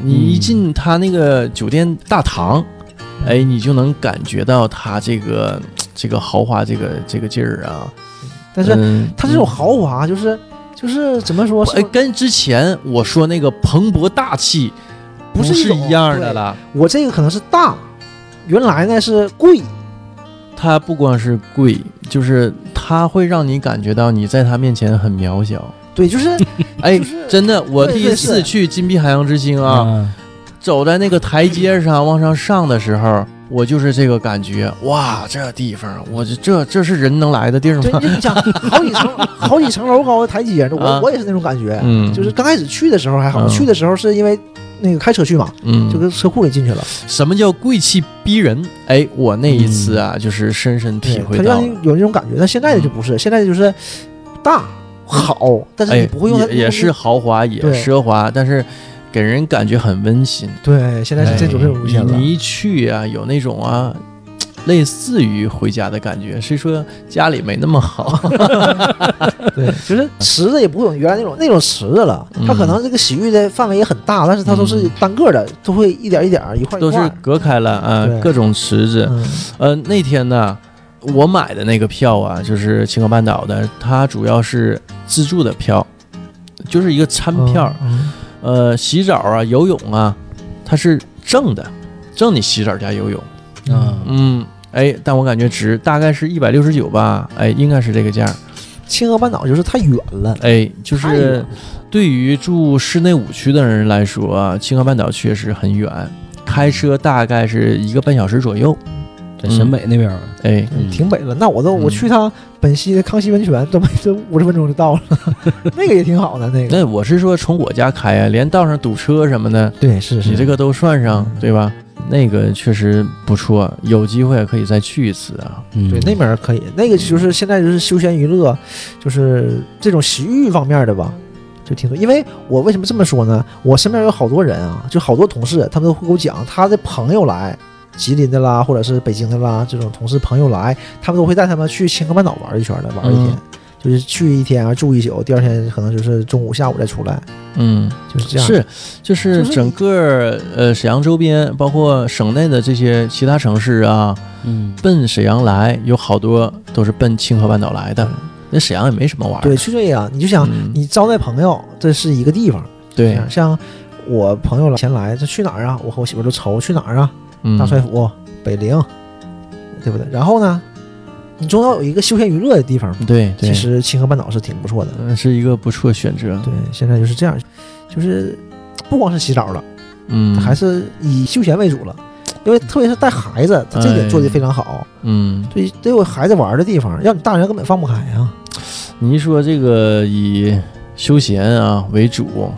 你一进他那个酒店大嗯堂，哎，你就能感觉到他这个这个豪华这个这个劲儿啊。但是嗯它这种豪华就是就是怎么说？哎，是跟之前我说那个蓬勃大气不是是一种一样的了。我这个可能是大，原来呢是贵，它不光是贵，就是它会让你感觉到你在它面前很渺 小。对，就是哎就，是真的，我对第对一次是去金碧海洋之星啊，，嗯走在那个台阶上往上上的时候，我就是这个感觉。哇，这地方，我这这这是人能来的地儿对，吗？你想好 几层好几层楼高的台阶，我、啊我也是那种感觉。 嗯，就是刚开始去的时候还好，嗯去的时候是因为那个开车去嘛，嗯，就跟车库里进去了，什么叫贵气逼人？哎，我那一次啊，就是深深体嗯对会它到让了。嗯你有那种感觉。但现在的就不是，现在的就是大好，但是你哎，不会用它，也也是豪华，也对奢华，但是给人感觉很温馨。对，现在是这种这种路线了。哎你一去啊，有那种啊，类似于回家的感觉。虽说家里没那么 好，对，就是池子也不会有原来那种那种池子了，嗯它可能这个洗浴的范围也很大，但是它都是嗯单个的，都会一点一点儿一块一都块是儿。隔开了啊，对各种池子。嗯，呃，那天呢，我买的那个票啊，就是青岛半岛的，它主要是自助的票，就是一个餐票。嗯，呃，洗澡啊、游泳啊，它是挣的，挣你洗澡加游泳。啊，嗯，哎，但我感觉值，大概是一百六十九吧，哎，应该是这个价。青河半岛就是太远了，哎，就太远是了对于住市内五区的人来说啊，青河半岛确实很远，开车大概是一个半小时左右。在沈北那边儿，哎，嗯挺北了。那我都嗯我去趟本溪的康熙温泉，都没都五十分钟就到了， 那个也挺好的那个。那我是说从我家开啊，连道上堵车什么的，对，是是你这个都算上，嗯对吧？那个确实不错，有机会可以再去一次啊。嗯对，那边儿可以，那个就是现在就是休闲娱乐，就是这种洗浴方面的吧，就挺多。因为我为什么这么说呢？我身边有好多人啊，就好多同事，他们都会给我讲，他的朋友来吉林的啦，或者是北京的啦，这种同事朋友来，他们都会带他们去青河半岛玩一圈的，玩一天，嗯就是去一天啊，住一宿，第二天可能就是中午、下午再出来，嗯，就是这样。是，就是就是整个呃沈阳周边，包括省内的这些其他城市啊，嗯奔沈阳来有好多都是奔青河半岛来的。那沈阳也没什么玩儿的，对，是这啊样。你就想，嗯你招待朋友，这是一个地方。啊对，像我朋友来前来，这去哪儿啊？我和我媳妇儿都愁去哪儿啊？嗯大帅府、北陵，对不对？然后呢，你总要有一个休闲娱乐的地方嘛。对，对其实清河半岛是挺不错的。嗯是一个不错选择，对，现在就是这样，就是不光是洗澡了，嗯，还是以休闲为主了。因为特别是带孩子，他哎这点做得非常好，嗯，对，得有孩子玩的地方，让你大人根本放不开啊。你一说这个以休闲啊为主，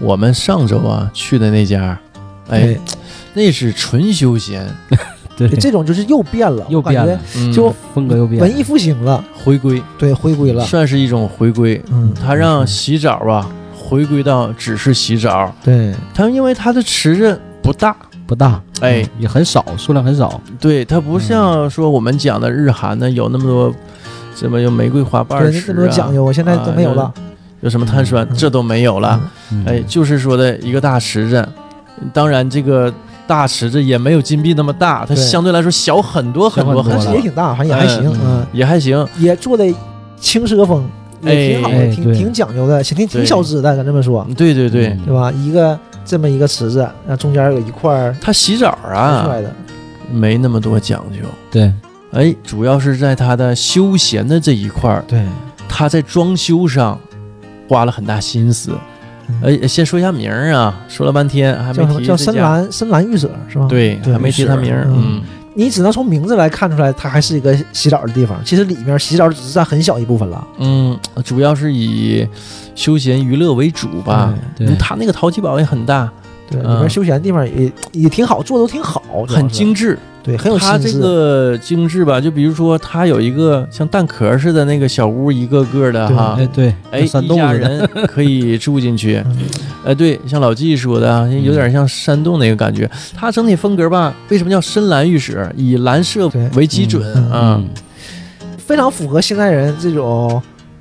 我们上周啊去的那家，哎，对，那是纯休闲，对对，这种就是又变了，又变了，，嗯就风格又变了，文艺复兴了，回归，对，回归了，算是一种回归。嗯，它让洗澡啊回归到只是洗澡，对，它因为它的池子不大，不大，哎，嗯，也很少，数量很少，对，它嗯不像说我们讲的日韩呢有那么多。什么有玫瑰花瓣对，儿那池那么多啊，讲究，我现在都没有了。有什么碳酸，嗯这都没有了。嗯哎，就是说的一个大池子，当然这个大池子也没有金币那么大，它对相对来说小很多很多小很很但多是了多也，挺大，反正也哎还行，嗯嗯，也还行。也做的轻奢风，也挺好哎的，挺对挺讲究的，挺挺对挺小资的，咱这么说，对对对，嗯对吧？一个这么一个池子，然后中间有一块儿它洗澡凸出啊来的，没那么多讲究，对，哎，主要是在它的休闲的这一块儿，对，它在装修上花了很大心思。嗯哎，先说一下名儿啊，说了半天还没叫什么提叫这深家，蓝深蓝浴舍是吧？，对，对还没提是他名儿，嗯嗯，你只能从名字来看出来，它还是一个洗澡的地方。其实里面洗澡只是占很小一部分了，嗯，主要是以休闲娱乐为主吧。啊哎对嗯，他那个淘气堡也很大，对，里嗯面休闲的地方也也挺好，做的都挺好，主要是很，精致。对，很有它心这思。个精致吧，就比如说它有一个像蛋壳似的那个小屋，一个个的哈，哎对，哎，跟山一洞家似的，人 可以住进去。嗯哎，对，像老纪说的啊，有点像山洞那个感觉。它整体风格吧，为什么叫深蓝浴室？以蓝色对为基准嗯啊，非常符合现代人这种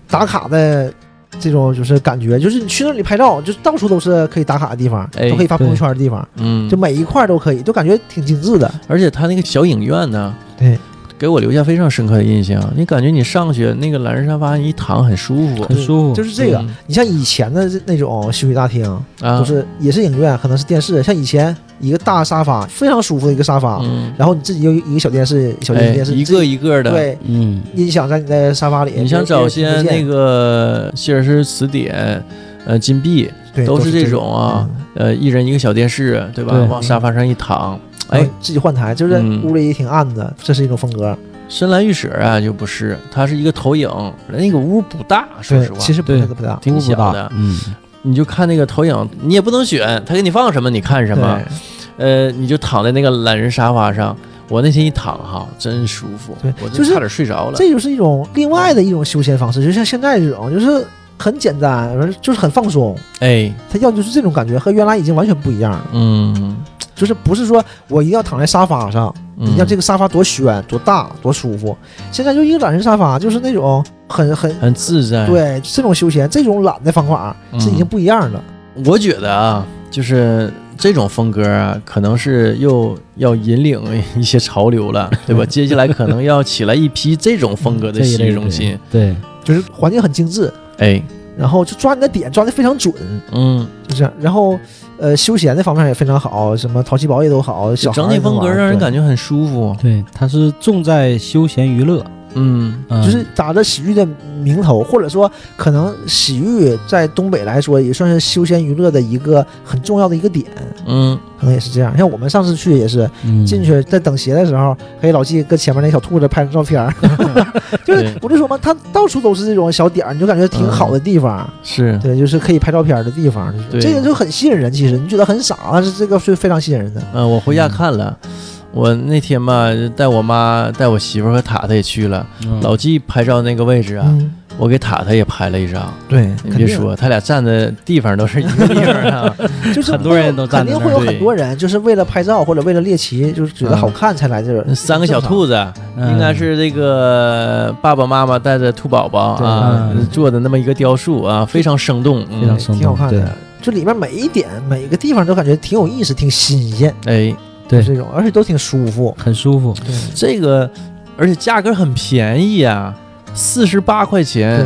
打卡的这种就是感觉，就是你去那里拍照，就是到处都是可以打卡的地方，哎都可以发朋友圈的地方，嗯就，每一块都可以，就感觉挺精致的。而且它那个小影院呢，对，给我留下非常深刻的印象。你感觉你上去那个蓝色沙发一躺很舒服，很舒服，就是这个。你像以前的这那种休息大厅，嗯啊，就，是也是影院，可能是电视，像以前一个大沙发，非常舒服的一个沙发，嗯，然后你自己有一个小电视，小哎，电视，一个一个的，对嗯，音响在你在沙发里，你像早先那个个希尔斯词典，呃，金币都是这种啊，嗯呃，一人一个小电视，对吧？对往沙发上一躺，哎哎，，自己换台，就是嗯屋里也挺暗的，这是一种风格。深蓝浴室啊就不是，它是一个投影，那个屋不大，说对实，话，其实不对是不大。挺挺不小大的嗯，你就看那个投影，你也不能选，他给你放什么你看什么，呃，你就躺在那个懒人沙发上。我那天一躺哈，真舒服，对我就是差点睡着了。这就是一种另外的一种休闲方式，就像现在这种，就是很简单，完就是很放松。哎，他要就是这种感觉，和原来已经完全不一样了。嗯，就是不是说我一定要躺在沙发上，你嗯像这个沙发多轩、多大、多舒服。现在就一个懒人沙发，就是那种很很很嗯自在。，对这种休闲、这种懒的方法是已经不一样了。我觉得啊，就是这种风格啊，可能是又要引领一些潮流了，对吧？接下来可能要起来一批这种风格的这一洗类浴中心。，对，就是环境很精致，哎，然后就抓你的点抓的非常准，嗯，就这样。然后呃，休闲的方面也非常好，什么淘气堡也都好，小就孩整体风格让人感觉觉很舒服。对，它是重在休闲娱乐，嗯，嗯就是打着洗浴的名头，或者说可能洗浴在东北来说也算是休闲娱乐的一个很重要的一个点，嗯，可能也是这样。像我们上次去也是嗯进去在等鞋的时候，可以老纪跟前面那小兔子拍张照片儿， 就是对我就说嘛，它到处都是这种小点儿，你就感觉挺好的地方。是对，就是可以拍照片儿的地方，嗯对这个就很吸引人。其实你觉得很傻，但是这个是非常吸引人的。嗯，我回家看了，我那天吧带我妈、带我媳妇儿和塔塔也去了。嗯老纪拍照那个位置啊，嗯，我给塔塔也拍了一张。对，你肯别定说，他俩站的地方都是一个地方啊。就是很多人都站肯在定那儿会有对很多人就是为了拍照或者为了猎奇，就是觉得好看才来这儿。那三个小兔子啊嗯嗯应该是这个爸爸妈妈带着兔宝宝啊对嗯做的那么一个雕塑啊，非常生动，嗯非常挺好看的。就里面每一点每个地方都感觉挺有意思，挺新鲜，哎，对就这种，而且都挺舒服。很舒服，对这个而且价格很便宜啊，四十八块钱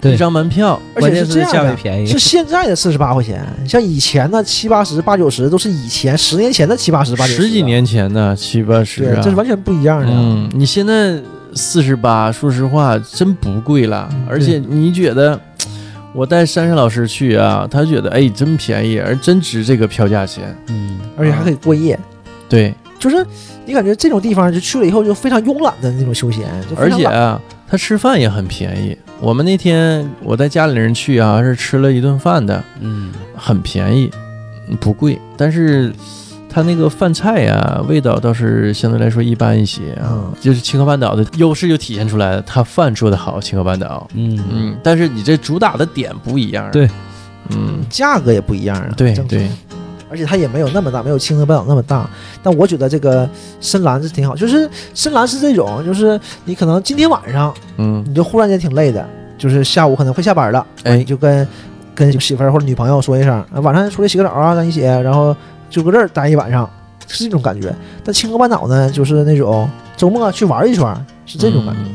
对，对一张门票，而关且键是这是样价位的。便宜是，现在的四十八块钱，像以前呢七八十、八九十都是以前十年前的七八十、八九十几，年前呢，七八十对，啊这是，完全不一样的。嗯，你现在四十八，说实话真不贵了，嗯而且你觉得。我带珊珊老师去啊，她觉得哎真便宜，而真值这个票价钱。嗯，而且还可以过夜，对，就是你感觉这种地方就去了以后就非常慵懒的那种休闲，就非而常且懒啊，他吃饭也很便宜。我们那天我带家里人去啊，是吃了一顿饭的，嗯，很便宜，嗯不贵。但是他那个饭菜呀、味道倒是相对来说一般一些啊。嗯就是青河半岛的优势就体现出来了，他饭做得好，青河半岛。嗯嗯，但是你这主打的点不一样。对，嗯，价格也不一样啊。对正宗对，而且它也没有那么大，没有青河半岛那么大。但我觉得这个深蓝是挺好，就是深蓝是这种，就是你可能今天晚上嗯，你就忽然间挺累的，就是下午可能会下班了，哎你，就跟跟媳妇儿或者女朋友说一声，啊晚上出来洗个澡啊，咱一起，然后就搁这儿待一晚上，是这种感觉。但青河半岛呢，就是那种周末去玩一圈，是这种感觉。嗯。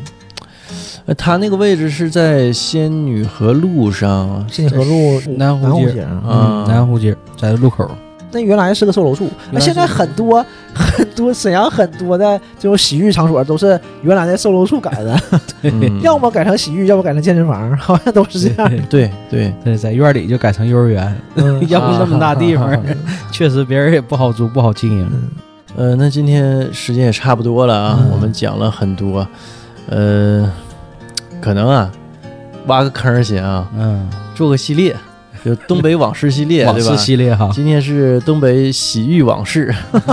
呃他那个位置是在仙女河路上，新河路南湖南湖街街啊，嗯嗯，南湖街在路口，那原来是个售楼处，原来那是现在很多很多沈阳很多的这种洗浴场所都是原来的售楼处改的， 嗯要么改成洗浴，要么改成健身房，好像都是这样。对对对，对，在院里就改成幼儿园，嗯要不这么大地方， 确实别人也不好租，不好经营。呃，那今天时间也差不多了啊，嗯我们讲了很多，呃，可能啊，挖个坑儿先啊，嗯，做个系列，有东北往事系列， 往对事吧？系列哈，今天是东北洗浴往事，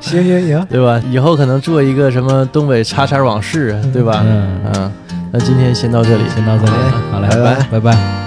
行行行，对吧？以后可能做一个什么东北叉叉往事，对吧？嗯，嗯，那今天先到这里，先到这里，好嘞，拜拜拜拜。